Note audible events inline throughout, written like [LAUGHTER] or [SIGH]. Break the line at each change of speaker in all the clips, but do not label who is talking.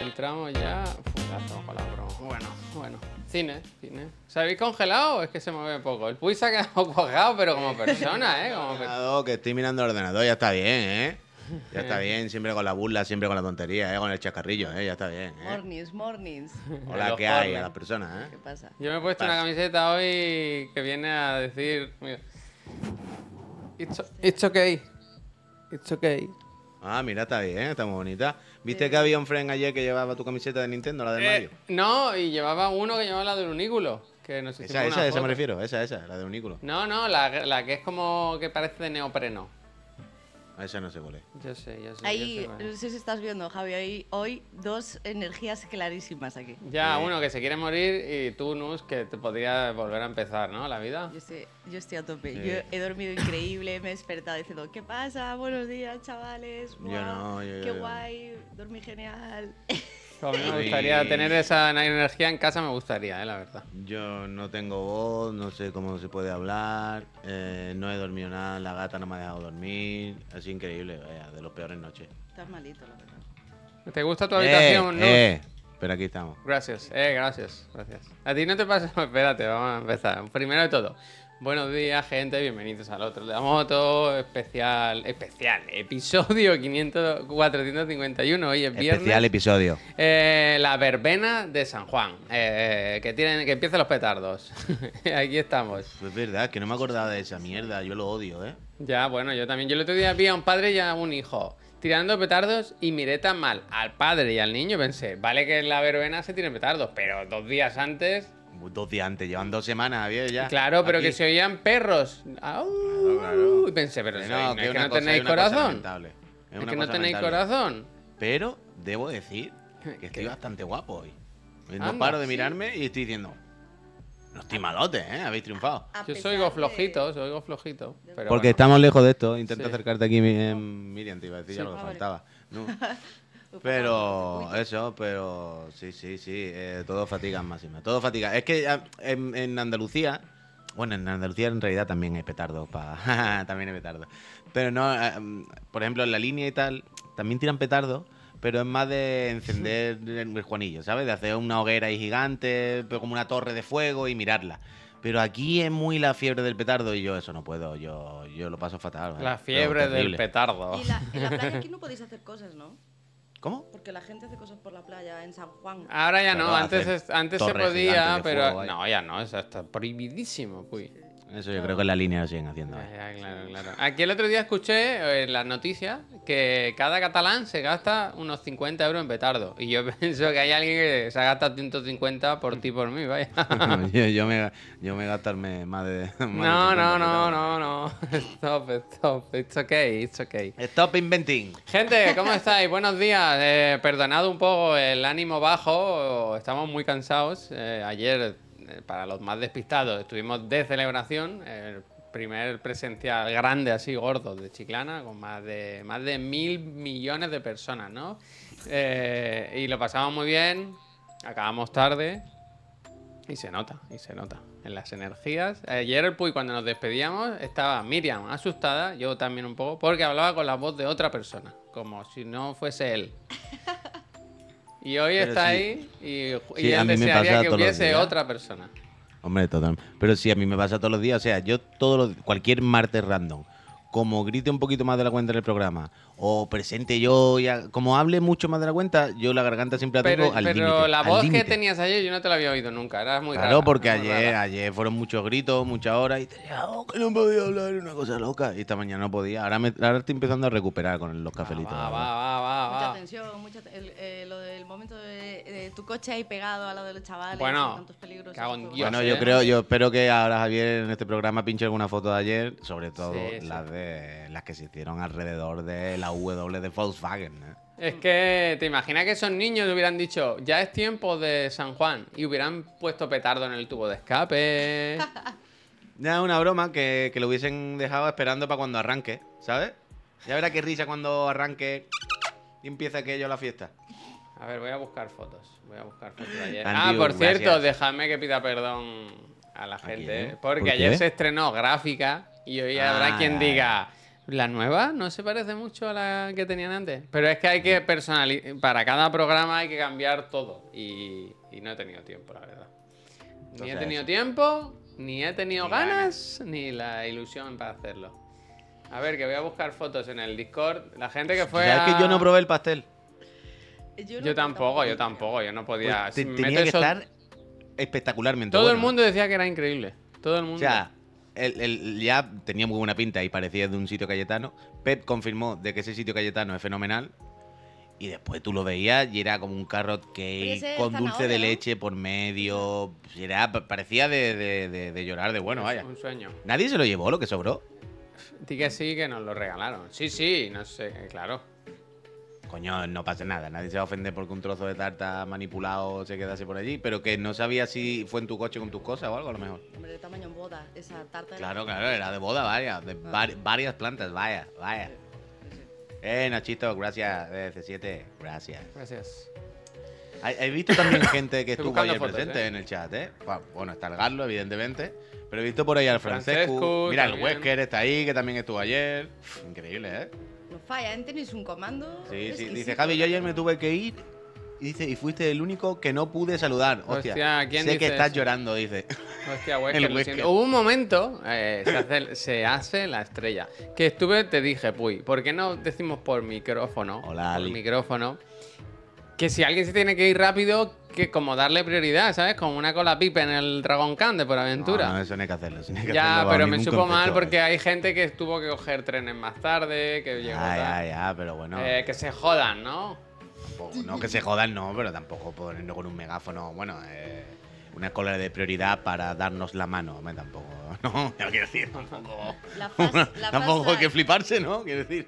Entramos ya. Fugazo, palabra. Bueno, bueno. Cine, cine. ¿Se habéis congelado o es que se mueve poco? El Puy se ha quedado [LAUGHS] cuajado, pero como persona, ¿eh? Como
[LAUGHS]
per-
Ordenador, que estoy mirando el ordenador, ya está bien, ¿eh?
[LAUGHS]
Ya está bien, siempre con la burla, siempre con la tontería, ¿eh? con el chascarrillo, ¿eh? ya está bien. ¿eh?
Mornings, mornings.
Hola,
Los
¿qué hay
cornes.
a las personas?
¿Qué
¿eh? [LAUGHS]
pasa?
Yo me he puesto una camiseta hoy que viene a decir. Mira. It's, it's okay. It's okay.
Ah, mira, está bien, está muy bonita. ¿Viste que había un friend ayer que llevaba tu camiseta de Nintendo, la de
Eh,
Mario?
no, y llevaba uno que llevaba la del unículo. Que nos hicimos
Esa,
una
esa, esa me
foto.
refiero, esa, esa, la de Unículo.
No, no, la, la que es como que parece de neopreno.
A esa no sé cuál es.
Yo sé, yo sé. yo sé
Ahí,
cuál
no
es.
sé si estás viendo, Javi, hay hoy dos energías clarísimas aquí.
Ya, uno que se quiere morir y tú, Nus, que te podrías volver a empezar, ¿no? La
Ah.
vida.
Yo estoy, yo estoy a tope.
Eh.
Yo he dormido increíble, me he despertado diciendo, ¿qué pasa? Buenos días, chavales.
Yo
Buah,
no, yo-
qué
yo-
guay, dormí genial. [LAUGHS]
A mí me
Uy.
gustaría tener esa energía en casa, me gustaría, eh, la verdad.
Yo no tengo voz, no sé cómo se puede hablar, eh, no he dormido nada, la gata no me ha dejado dormir, es increíble, vaya, de los peores noches.
Estás malito, la verdad.
¿Te gusta tu habitación, Nus?
eh, pero aquí estamos.
Gracias, eh, gracias, gracias. A ti no te pasa, [LAUGHS] espérate, vamos a empezar. Primero de todo, buenos días, gente, bienvenidos al otro de la moto, especial, especial, episodio 500, 451, hoy es viernes.
Especial episodio.
Eh, la verbena de San Juan, eh, que, tienen, que empiezan los petardos. [LAUGHS] Aquí estamos.
Pues es verdad, que no me acordaba de esa mierda, yo lo odio, ¿eh?
Ya, bueno, yo también. Yo el otro día vi a un padre y a un hijo tirando petardos y miré tan mal al padre y al niño. Pensé, vale que en la verbena se tiren petardos, pero dos días antes.
Dos días antes, llevan dos semanas, Javier, ya.
Claro, pero
Aquí.
que se oían perros. Au.
claro.
Y pensé, pero
Que
sois- no,
que
es que
una
no
cosa-
tenéis
es una cosa
corazón.
lamentable.
Es
una
que no
cosa
tenéis
lamentable.
corazón.
Pero debo decir que estoy
¿Qué?
bastante guapo hoy. No
Anda,
paro de
sí.
mirarme y estoy diciendo, no estoy malote, ¿eh? Habéis triunfado.
A
Yo
pesar
soy go
de-
flojito, soy go flojito. Pero
Porque
bueno.
estamos lejos de esto. Intenta
Sí.
acercarte aquí, mi- em, Miriam, te iba a decir ya lo que
Ah, vale.
faltaba. No.
[LAUGHS]
Uy,
Pero
uy,
eso, pero sí, sí, sí, eh, todo fatiga máxima, todo fatiga. Es que ah, en, en Andalucía, bueno, en Andalucía en realidad también hay petardos, pa, [LAUGHS] también hay petardos. Pero no, ah, mm, por ejemplo, en la línea y tal, también tiran petardos, pero es más
[LAUGHS]
de encender el Juanillo, ¿sabes? De hacer una hoguera ahí gigante, pero como una torre de fuego y mirarla. Pero aquí es muy la fiebre del petardo y yo eso no puedo, yo, yo lo paso fatal. ¿vale?
La
Pero
fiebre del
terrible.
petardo.
Y la, en la playa aquí no podéis hacer cosas, ¿no?
¿Cómo?
Porque la gente hace cosas por la playa en San Juan.
Ahora ya no,
Claro,
antes,
hacer
es- antes se
torres gigantes
podía,
de
pero
fuego ahí.
no, ya no, eso está prohibidísimo, pues. puy.
Eso yo creo que en la línea lo siguen haciendo. ¿eh?
Ya, ya, claro, claro. Aquí el otro día escuché eh, en las noticias que cada catalán se gasta unos 50 euros en petardo. Y yo [LAUGHS] pienso que hay alguien que se ha gastado 150 por ti, por mí, vaya.
[LAUGHS] yo, yo me, yo me gastarme más de. más de
No,
50
no, no,
petardos.
no, no. [LAUGHS] Stop, stop. It's okay, it's okay.
Stop inventing.
Gente, ¿cómo estáis? Buenos días. Eh, perdonad un poco el ánimo bajo, estamos muy cansados. Eh, ayer, eh, para los más despistados, estuvimos de celebración. El primer presencial grande, así gordo, de Chiclana, con más de, más de mil millones de personas, ¿no? Eh, y lo pasamos muy bien, acabamos tarde, y se nota, y se nota. En las energías. Ayer el Puy, cuando nos despedíamos, estaba Miriam asustada, yo también un poco, porque hablaba con la voz de otra persona, como si no fuese
[LAUGHS]
él. Y hoy
Pero
está
sí.
ahí y, y
Sí, a
él
mí me
desearía
pasa
que
todos los
hubiese
días.
otra persona.
Hombre, total. Pero sí, a mí me pasa todos los días. O sea, yo todos los- cualquier martes random, como grite un poquito más de la cuenta en el programa, o presente yo, y ha- como hable mucho más de la cuenta, yo la garganta siempre la tengo
Pero,
al
pero
límite.
la
al
voz que
límite.
tenías ayer yo no te la había oído nunca, era muy
Claro,
rara,
porque
era muy
ayer,
rara.
ayer fueron muchos gritos, muchas horas, y tenía, "Oh, que no podía hablar, era una cosa loca. Y esta mañana no podía. Ahora, me, ahora estoy empezando a recuperar con los cafelitos. la
Ah, Va, va,
verdad.
va, va, va.
Mucha tensión, mucha te- el- eh, lo del momento de, de tu coche ahí pegado al lado de los chavales,
Bueno,
con tantos peligros.
cago en
esto,
Dios,
Bueno,
sé.
yo creo, yo espero que ahora Javier en este programa pinche alguna foto de ayer, sobre todo
Sí, sí.
las de las que se hicieron alrededor de la W de Volkswagen. ¿eh?
Es que te imaginas que esos niños hubieran dicho, ya es tiempo de San Juan, y hubieran puesto petardo en el tubo de escape.
Ya una broma que, que lo hubiesen dejado esperando para cuando arranque, ¿sabes? Ya verá qué risa cuando arranque y empieza aquello la fiesta.
A ver, voy a buscar fotos. Voy a buscar fotos de ayer. ah,
Andy,
por
gracias.
cierto, déjame que pida perdón a la gente.
quién?
¿eh? Porque
¿Por
ayer
qué?
se estrenó gráfica y hoy habrá
Ah,
quien
ya,
diga. La nueva no se parece mucho a la que tenían antes. Pero es que hay que personalizar. Para cada programa hay que cambiar todo. Y, y no he tenido tiempo, la verdad. Ni he
Entonces,
tenido tiempo, ni he tenido
ni
ganas, ni la ilusión para hacerlo. A ver, que voy a buscar fotos en el Discord. La gente que fue.
¿Sabes
Pues a-
que yo no probé el pastel?
Yo, no-
Yo tampoco, yo tampoco, yo no
Pues
podía.
te-
Si me
tenía
meto
que
eso-
estar espectacularmente
Todo el
bueno.
mundo decía que era increíble. Todo el mundo.
O sea, el, el- ya tenía muy buena pinta y parecía de un sitio cayetano. Pep confirmó de que ese sitio cayetano es fenomenal. Y después tú lo veías y era como un carrot
Pero
cake
ese es
con dulce
zanahoria,
de
¿no?
leche por medio. Era, parecía de, de- de- de llorar de bueno, vaya.
Un sueño.
Nadie se lo llevó lo que sobró.
Di que sí, que nos lo regalaron. Sí, sí, no sé, claro.
Coño, no pasa nada. Nadie se va a ofender porque un trozo de tarta manipulado se quedase por allí. Pero que no sabía si fue en tu coche con tus cosas o algo, a lo mejor.
Hombre, de tamaño en boda, esa tarta. era-
Claro, claro, era de boda, vaya, de
Ah.
vari- varias plantas, vaya, vaya. Eh, Nachito, gracias, eh, C7, gracias.
Gracias.
He, he visto
[COUGHS]
también gente
Estoy
que estuvo
buscando
ayer
fotos,
presente
eh.
en el chat, ¿eh? Pa- Bueno, está el Garlo, evidentemente, pero he visto por ahí al Francesco.
Francesco,
Mira, el
también.
Wesker está ahí, que también estuvo ayer. Uf, Increíble, ¿eh?
No falla, ¿eh? tenéis un comando.
Sí, sí.
exquisito.
Dice, Javi, yo ayer me tuve que ir. Y dice, y fuiste el único que no pude saludar. Hostia,
Hostia, ¿quién
sé que
dice
estás
eso?
llorando, dice.
Hostia, Wesker,
El
lo
Wesker.
siento. Hubo un momento, eh, se, hace, se hace la estrella. Que estuve, te dije, puy, ¿por qué no decimos por micrófono?
Hola,
por
Ali.
micrófono. Que si alguien se tiene que ir rápido, que como darle prioridad, ¿sabes? Como una cola pipa en el Dragon Khan de por aventura.
No, no, eso no hay que hacerlo. eso no hay que
ya,
hacerlo bajo
pero me
ningún
supo mal
concepto,
porque
¿eh?
hay gente que tuvo que coger trenes más tarde, que llegó
Ya, ya,
tarde.
ya, ah, pero bueno.
Eh, que se jodan, ¿no?
Tampoco- no que se jodan, no, pero tampoco ponerlo con un megáfono, bueno, eh, una escuela de prioridad para darnos la mano, hombre, tampoco, [LAUGHS] no, quiero decir, tampoco, [LAUGHS]
La fas- la
tampoco hay
pasta-
que fliparse, ¿no? Quiero decir,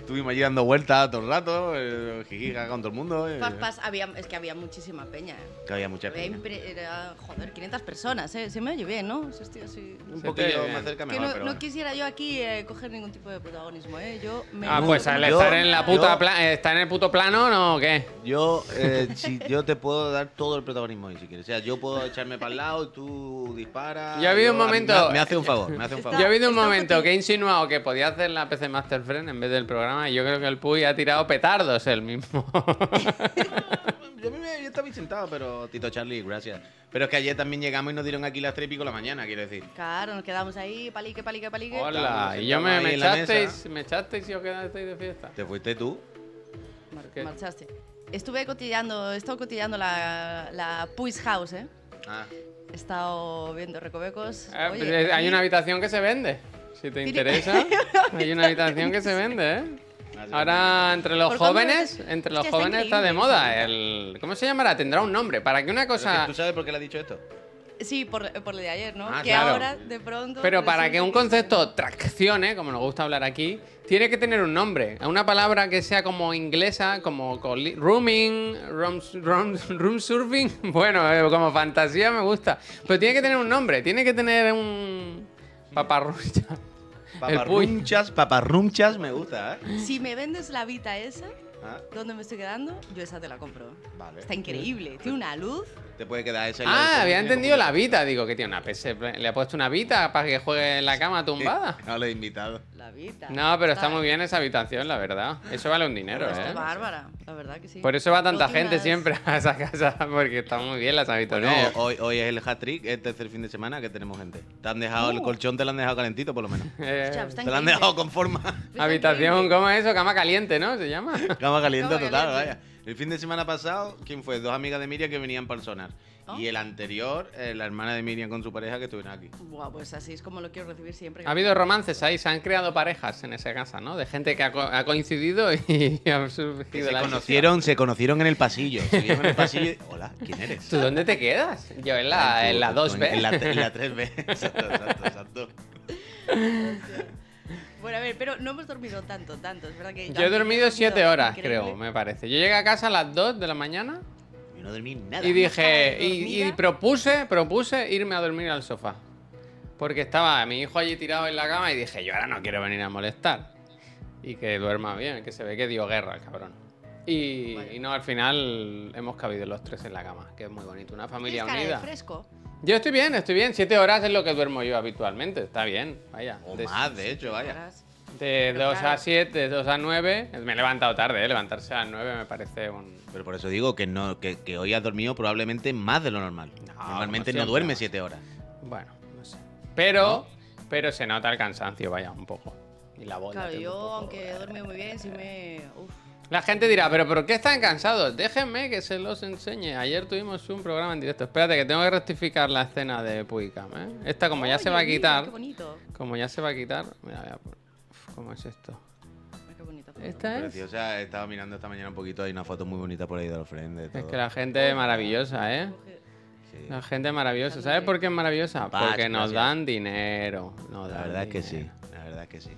estuvimos allí dando vueltas todo el rato, eh, jiji, jaja con todo el mundo, eh,
Fast Pass, había, es que había muchísima peña. ¿eh?
que había mucha
Había
peña.
impre- era, joder, 500 personas, ¿eh? Se me oye bien, ¿no? Sí, estoy así-
Un
Se te
poquillo
oye
más
bien.
cerca
Que
mejor,
no,
pero
no
bueno.
quisiera yo aquí eh, coger ningún tipo de protagonismo, ¿eh? Yo me...
Ah,
No,
pues al
yo-
estar en la puta
yo-
pla- eh, estar en el puto plano, ¿no? ¿O ¿Qué?
Yo,
[LAUGHS]
eh, si- yo te puedo dar todo el protagonismo hoy, si quieres. O sea, yo puedo echarme para el lado, tú disparas.
Ya ha habido un
yo-
momento-
Me, me hace un favor, me hace un favor.
Yo he habido un
Está
momento
contigo.
que he insinuado que podía hacer la PC Master Friend en vez del programa y yo creo que el Puy ha tirado petardos él mismo. [LAUGHS]
Yo, me, yo estaba bien sentado, pero Tito Charlie, gracias. Pero es que ayer también llegamos y nos dieron aquí las 3 y pico de la mañana, quiero decir.
Claro, nos quedamos ahí, palique, palique, palique.
Hola,
Estábamos
y yo me,
sentados
me
ahí en la
echasteis,
mesa.
me echasteis y os quedasteis de fiesta.
¿Te fuiste tú?
Mar-
¿Qué?
Marchaste. Estuve cotillando, he estado cotillando la, la Puis House, ¿eh?
Ah,
He estado viendo recovecos.
Ah,
Oye,
pues, hay
aquí-
una habitación que se vende. Si te
Tiri- [LAUGHS]
interesa, hay una habitación que se vende, ¿eh?
Ah,
Ahora, entre los
Por favor,
jóvenes,
no te-
entre
Hostia,
los
está
jóvenes está de
increíble.
moda el... ¿Cómo se llamará? Tendrá un nombre. Para que una
pero es que
cosa...
¿Tú sabes por qué le ha dicho esto?
Sí, por, por el de ayer, ¿no?
Ah,
que
claro.
ahora, de pronto...
Pero para que un
resulta
concepto traccione, como nos gusta hablar aquí, tiene que tener un nombre. Una palabra que sea como inglesa, como coli- rooming, room, room, room surfing. [LAUGHS] Bueno, eh, como fantasía me gusta. Pero tiene que tener un nombre, tiene que tener un. Paparrucha. El puy.
Paparrunchas, paparrunchas, me gusta, ¿eh?
Si me vendes la vita esa,
Ah,
donde me estoy quedando, yo esa te la compro.
Vale.
Está increíble, tiene una luz.
Te puede quedar esa. y la
Ah,
otra,
había
¿no?
entendido la Vita. Digo que tiene una PC. Le ha puesto una Vita para que juegue en la cama tumbada.
No le he invitado.
La vita.
No, pero está muy bien esa habitación, la verdad. Eso vale un dinero,
Está
¿eh?
bárbara, la verdad que sí.
Por eso va tanta
Rutinas-
gente siempre a esa casa, porque están muy bien las
Bueno,
habitaciones.
hoy, hoy es el hat trick, es el tercer fin de semana que tenemos gente. Te han dejado
Uh.
el colchón, te lo han dejado calentito, por lo menos.
Eh,
Hostia, está
Te lo han
increíble.
dejado con forma.
Está
habitación,
increíble.
¿cómo es eso? Cama caliente, ¿no? Se llama.
Cama caliente
Cama
total,
caliente.
vaya. El fin de semana pasado, ¿quién fue? Dos amigas de Miriam que venían para el sonar.
Oh.
Y el anterior, eh, la hermana de Miriam con su pareja que estuvieron aquí.
Buah, pues así es como lo quiero recibir siempre.
Ha habido romances ahí, se han creado parejas en esa casa, ¿no? De gente que ha, co- ha coincidido y [LAUGHS] ha
Que
surgido
se
la
conocieron, se conocieron en el pasillo. Se vieron en el pasillo
[LAUGHS]
y, Hola, ¿quién eres?
¿Tú dónde te quedas? Yo en
Ah,
la,
en
en
tu-
la
en tu-
2B.
En la, en la
[LAUGHS]
3B. Exacto, exacto, exacto.
Bueno, a ver, pero no hemos dormido tanto, tanto. Es verdad que
Yo he dormido siete horas,
Increíble.
creo, me parece. Yo llegué a casa a las 2 de la mañana
Yo no dormí nada.
y
cara
dije,
de
y, y
dormida.
propuse, propuse irme a dormir al sofá. Porque estaba mi hijo allí tirado en la cama y dije, yo ahora no quiero venir a molestar. Y que duerma bien, que se ve que dio guerra el cabrón. Y,
Vale.
y no, al final hemos cabido los tres en la cama, que es muy bonito, una
Tienes
familia
cara de
unida.
fresco.
Yo estoy bien, estoy bien, siete horas es lo que duermo yo habitualmente, está bien, vaya.
O
Des-
más, de hecho, vaya.
Horas.
De
Pero
2 a
claro.
7, de 2 a 9. Me he levantado tarde, ¿eh? levantarse a las 9 me parece un.
Pero por eso digo que no que, que hoy has dormido probablemente más de lo normal.
como
Normalmente no
siempre.
duerme siete horas.
Bueno, no sé. Pero, pero se nota el cansancio, vaya, un poco. Y la voz. la
Claro,
tengo
yo,
un poco-
aunque he dormido muy bien, sí me. Uf.
La gente dirá, pero ¿por qué están cansados? Déjenme que se los enseñe. Ayer tuvimos un programa en directo. Espérate, que tengo que rectificar la escena de Puigcam, ¿eh? Esta, como ya
Oye,
se va a
mira,
quitar.
Qué bonito.
Como ya se va a quitar. Mira, voy a por- Uf, ¿Cómo es esto?
Mira, Qué bonito.
¿Esta es?
Preciosa, he estado mirando esta mañana un poquito, hay una foto muy bonita por ahí de los friends. de
Es
todo.
que la gente es maravillosa, ¿eh?
Sí.
La gente es maravillosa. ¿Sabes por qué es maravillosa?
Pax,
Porque nos
gracias.
dan dinero. Nos
La
dan
verdad es que sí,
dinero.
la verdad es que sí.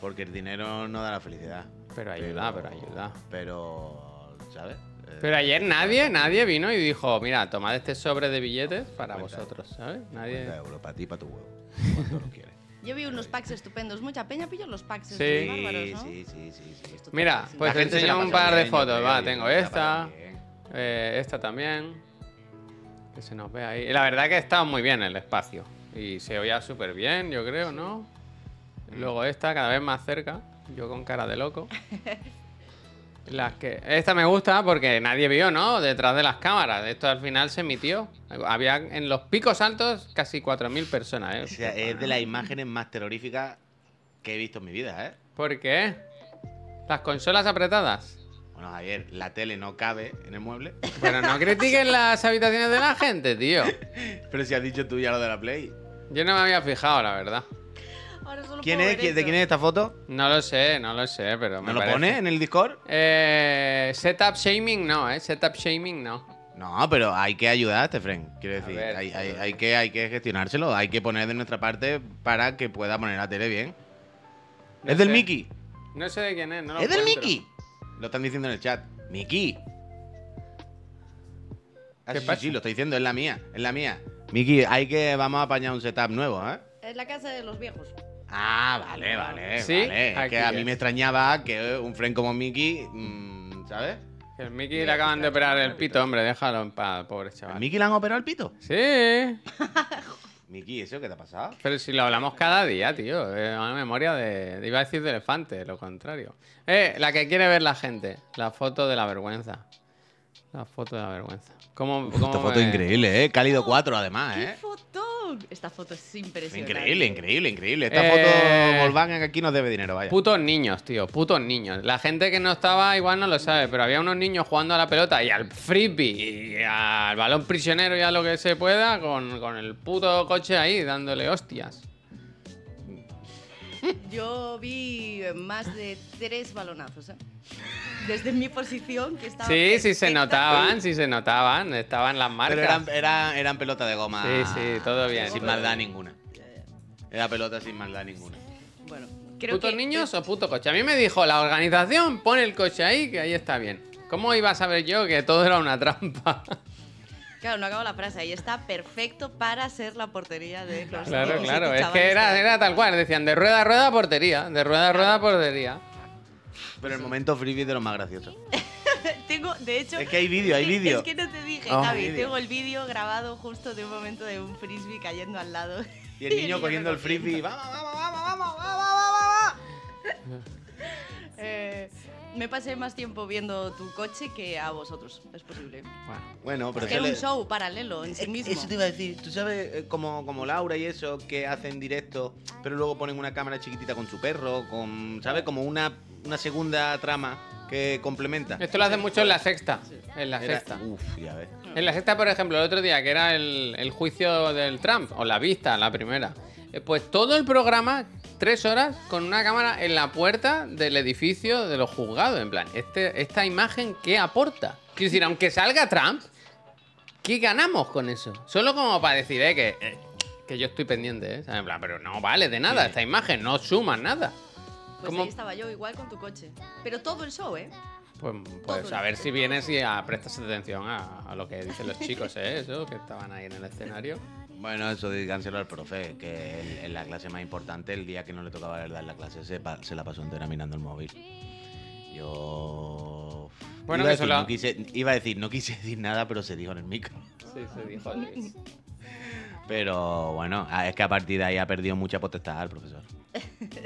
Porque el dinero no da la felicidad.
Pero ayuda, pero ayuda.
Pero, ¿sabes? Eh,
Pero ayer nadie, nadie vino y dijo, mira, tomad este sobre de billetes para
50.
vosotros, ¿sabes?
50
Nadie.
euros para pues, eh, ti, para
[LAUGHS]
tu huevo. Cuánto lo quieres.
Yo vi unos packs estupendos. Mucha peña pilló los packs.
Sí.
estos bárbaros, ¿no?
sí, sí, sí, sí.
Esto
Mira,
sí.
pues
La
te
gente se la
enseño un
pasa
par de
bien, yo
fotos.
creo,
Va,
yo
tengo
creo que la
esta,
pasan bien.
eh, esta también. Que se nos ve ahí. Y la verdad que está muy bien el espacio. Y se oía súper bien, yo creo, ¿no? Luego esta, cada vez más cerca. Yo con cara de loco. Las que... Esta me gusta porque nadie vio, ¿no? Detrás de las cámaras. Esto al final se emitió. Había en los picos altos casi 4.000 personas, ¿eh?
O sea, es de las imágenes más terroríficas que he visto en mi vida, ¿eh?
¿Por qué? Las consolas apretadas.
Bueno, Javier, la tele no cabe en el mueble. [LAUGHS]
Pero no critiquen las habitaciones de la gente, tío.
Pero si has dicho tú ya lo de la Play.
Yo no me había fijado, la verdad.
Ahora solo
¿Quién
puedo
es?
ver
¿De
eso.
quién es esta foto?
No lo sé, no lo sé, pero me
¿No lo
parece.
pone en el Discord?
Eh, setup shaming no, eh. Setup shaming no.
No, pero hay que ayudar a este friend. Quiero
A
decir,
ver,
hay, hay-
pero-
hay que, hay que gestionárselo. Hay que poner de nuestra parte para que pueda poner la tele bien.
No
es del
sé.
Mickey.
No sé de quién es, no lo
es del
encuentro.
Mickey. Lo están diciendo en el chat. Mickey. Ah,
¿Qué
sí, sí,
pasa?
sí, lo estoy diciendo. Es la mía. Es la mía. Mickey, hay que. Vamos a apañar un setup nuevo, ¿eh?
Es la casa de los viejos.
Ah, vale, vale.
Sí,
vale. Es
aquí
que a mí
es.
me extrañaba que un friend como Mickey. mm, ¿Sabes?
Que El Mickey le acaban de operar el pito, hombre, déjalo en paz, pobre
¿A
chaval.
Mickey le han operado el pito?
Sí.
Mickey, ¿eso qué te ha pasado?
Pero si lo hablamos cada día, tío. Es una memoria de. Iba a decir de elefante, lo contrario. Eh, la que quiere ver la gente. La foto de la vergüenza. La foto de la vergüenza. ¿Cómo, cómo
Esta foto
me-
increíble, ¿eh? Cálido 4, además,
¡Qué
¿eh?
foto! Esta foto es impresionante.
Increíble, increíble, increíble. Esta
Eh,
foto, Volkswagen aquí nos debe dinero, vaya.
Putos niños, tío, putos niños. La gente que no estaba igual no lo sabe, pero había unos niños jugando a la pelota y al frisbee y al balón prisionero y a lo que se pueda con, con el puto coche ahí dándole hostias.
Yo vi más de tres balonazos, ¿eh? Desde mi posición, que estaba.
Sí, sí se
perfecta.
notaban, sí se notaban, estaban las marcas.
Pero eran, eran, eran pelotas de goma.
Sí, sí, todo bien,
Sin
todo
maldad
bien.
ninguna. Era pelota sin maldad ninguna.
Bueno, creo
¿Putos
que.
niños o puto coche? A mí me dijo la organización, pon el coche ahí, que ahí está bien. ¿Cómo iba a saber yo que todo era una
[LAUGHS]
trampa?
Claro, no acabo la frase. Ahí está perfecto para ser la portería de los
claro,
17
claro, es
chavales
que era,
de-
era tal cual, decían de rueda a rueda portería, de rueda a rueda portería.
Pero el momento freebie es de lo más gracioso.
Tengo, de hecho.
Es que hay vídeo, hay
es que-
vídeo.
Es que no te dije,
Ah,
Javi.
vídeo.
Tengo el vídeo grabado justo de un momento de un frisbee cayendo al lado. [LAUGHS]
Y el niño cogiendo el
recogiendo.
freebie. ¡Vamos, vamos, vamos, vamos, vamos, vamos,
Eh, me pasé más tiempo viendo tu coche que a vosotros. Es posible.
Bueno,
Bueno, pero
Es que
eso
era un
le-
show paralelo en sí
Es-
mismo.
Eso te iba a decir, tú sabes, eh, como, como Laura y eso, que hacen directo, pero luego ponen una cámara chiquitita con su perro, con, ¿sabes? Como una, una segunda trama que complementa.
esto lo hacen mucho en la sexta, en la
Era-
sexta.
Uf, ya ves.
En la sexta, por ejemplo, el otro día, que era el, el juicio del Trump, o la vista, la primera, eh, pues todo el programa, tres horas, con una cámara en la puerta del edificio de los juzgados, en plan, este, esta imagen, ¿qué aporta? Quiero decir, aunque salga Trump, ¿qué ganamos con eso? Solo como para decir, eh, que, eh, que yo estoy pendiente, ¿eh? En plan, pero no vale de nada, esta imagen no suma nada.
Pues
¿Cómo?
ahí estaba yo, igual con tu coche. Pero todo el show, ¿eh?
Pues, pues a ver si vienes y a- prestas atención a, a lo que dicen los chicos, ¿eh? Eso, que estaban ahí en el escenario.
Bueno, eso díganselo al profe, que en- en la clase más importante, el día que no le tocaba dar la clase, se, pa- se la pasó entera mirando el móvil. Yo...
Bueno,
iba
que
a, decir,
solo-
no quise, iba a decir, no quise decir nada, pero se dijo en el micro. [LAUGHS]
Sí, se dijo Luis.
Pero bueno, ah, es que a partir de ahí ha perdido mucha potestad el profesor.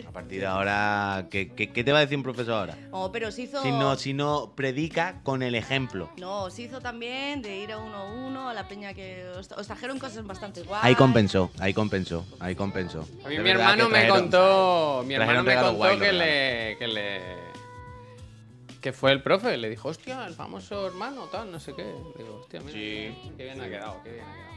A partir de ahora, ¿qué, qué, qué te va a decir un profesor ahora?
Oh, pero se hizo...
Si no, si no predica con el ejemplo.
No, se hizo también de ir a uno a uno, a la peña que... Os, os trajeron cosas bastante guays.
Ahí compensó, ahí compensó, ahí compensó.
A mí
De
mi
verdad
hermano
que
me
trajeron-
contó. Mi hermano
trajeron
me
regalos
contó
guay, los
que le.
regalos.
que le. que fue el profe. Le dijo, hostia, el famoso hermano, tal, no sé qué. Digo, hostia, mira.
Sí.
Qué bien ha quedado, qué bien ha quedado.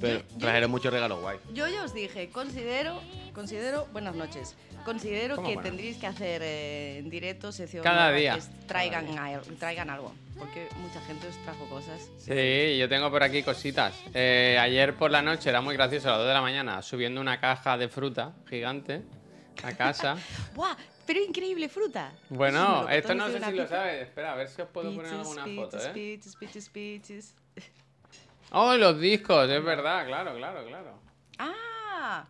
Pero trajeron muchos regalos guay.
Yo ya os dije, considero, considero, buenas noches, considero que
¿Cómo buenas?
tendréis que hacer eh, en directo sección
Cada
nueva,
día.
que es traigan, al- traigan algo, porque mucha gente os trajo cosas.
Sí, yo tengo por aquí cositas. Eh, ayer por la noche era muy gracioso, a las 2 de la mañana, subiendo una caja de fruta gigante a
[LAUGHS]
casa.
¡Buah! Pero increíble fruta.
Bueno,
Es
esto
un
no
melocotón
sé
de
si
una
lo
pizza.
sabes. Espera, a ver si os puedo poner
Pizzas,
alguna foto,
pizzas,
¿eh?
pizzas, pizzas, pizzas.
¡Oh, los discos! Es verdad, claro, claro, claro.
¡Ah!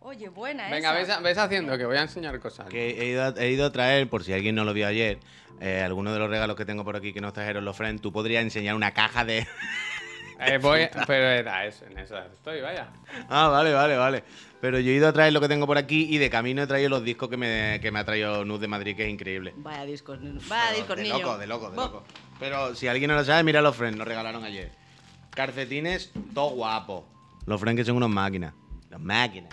Oye, buena
Venga, ves,
esa.
ves haciendo, que voy a enseñar cosas.
Que he ido, a, he ido a traer, por si alguien no lo vio ayer, eh, algunos de los regalos que tengo por aquí que nos trajeron los friends. Tú podrías enseñar una caja de. [LAUGHS]
Eh, voy, pero era eso, en eso estoy, vaya.
ah, vale, vale, vale. Pero yo he ido a traer lo que tengo por aquí y de camino he traído los discos que me, que me ha traído Nuz de Madrid, que es increíble.
Vaya discos, niño. vaya
Pero
discos,
de
niño.
loco, de loco, de
Buah.
loco. Pero si alguien no lo sabe, mira los friends, nos regalaron ayer. Calcetines, todo guapo. Los friends que son unas máquinas. Las máquinas.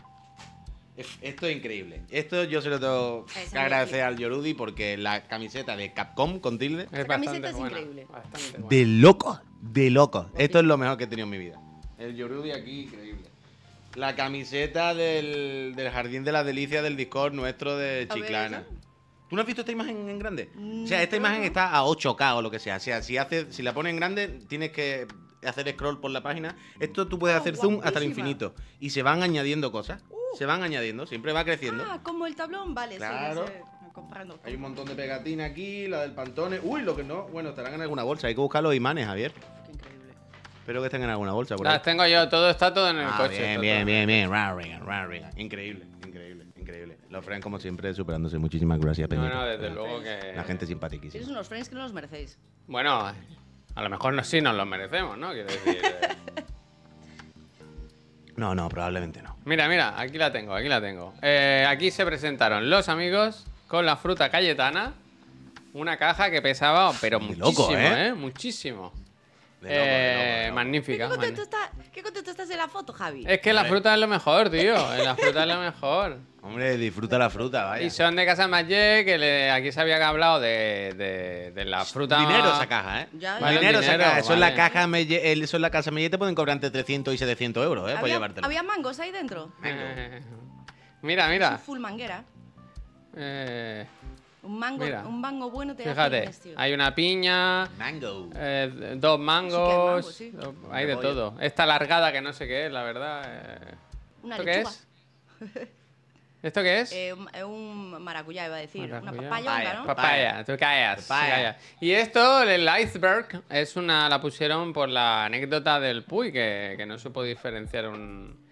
Es- Esto es increíble. Esto yo se lo tengo
Esa es
que
la
agradecer
equipa.
al Yorudi porque la camiseta de Capcom con tilde.
Es
camiseta
bastante
es
buena,
increíble.
Bastante buena.
De loco, de loco. Esto es lo mejor que he tenido en mi vida. El Yorudi aquí, increíble. La camiseta del, del Jardín de las Delicias del Discord nuestro de
A ver,
Chiclana.
¿esa? Mm,
¿Tú no has visto esta imagen en grande? O
No,
sea, esta
creo
imagen
que no.
está a 8K o lo que sea. O sea, si, hace, si la pones en grande, tienes que hacer scroll por la página. Esto tú puedes
Ah,
hacer zoom hasta el
guapísima. Uh.
infinito. Y se van añadiendo cosas. Se van añadiendo, siempre va creciendo.
Ah, como el tablón, vale.
Claro.
Sí, ya sé, comprando.
Hay un montón de pegatina aquí, la del Pantone. Uy, lo que no. Bueno, estarán en alguna bolsa. Hay que buscar los imanes, Javier.
Qué increíble.
Espero que estén en alguna bolsa. Por ahí.
Las tengo yo, todo está todo Ah, en el
Ah,
coche.
bien,
todo.
bien, bien, bien. Rarrigan, Rarrigan. Increíble, increíble, increíble. Los friends, como siempre, superándose. Muchísimas gracias,
No,
Peñita.
no, desde
La-
luego que.
La gente
Tienes
simpaticísima.
unos friends que no los merecéis.
Bueno, a lo mejor no, sí nos lo merecemos, ¿no? Quiero decir.
[LAUGHS]
eh,
No, no, probablemente no.
Mira, mira, aquí la tengo, aquí la tengo. Eh, aquí se presentaron los amigos con la fruta cayetana. Una caja que pesaba, pero
De
muchísimo,
loco, ¿eh?
¿eh? Muchísimo.
De loco, de loco,
Eh,
de loco.
¿Qué
Magnífica.
contento,
magnífica.
está- ¿Qué contento estás de la foto, Javi?
Es que la
Hombre.
fruta es lo mejor, tío. eh, La fruta es lo mejor.
Hombre, disfruta la fruta, [LAUGHS] vaya.
Y son de Casa Mayer, que le- aquí se había hablado de, de- de la fruta.
Dinero esa caja, ¿eh?
Ya, ya.
Dinero, esa
Dinero,
caja. Eso en la
vale.
caja, Melle- el- eso en la casa Melle te pueden cobrar entre 300 y 700 euros, ¿eh? Por
¿Había,
llevártelo.
había mangos ahí dentro.
Eh, mira,
Soy
mira.
Full manguera.
Eh,
Un mango,
Mira.
un mango bueno te
fíjate,
hace
hay una piña,
Mango.
eh, dos
mango,
mangos,
sí.
do- hay de
Cebolla.
todo. Esta largada que no sé qué es, la verdad. eh.
Una
¿Esto qué
lechuga.
es? ¿Esto qué es?
Eh, un, eh, un maracuyá, iba a decir. Una
Maracuyá.
papaya,
Papaya,
honga, ¿no?
papaya.
Papaya, tú callas,
Papaya.
callas. Y esto, el iceberg, es una. La pusieron por la anécdota del Puy, que, que no supo diferenciar un.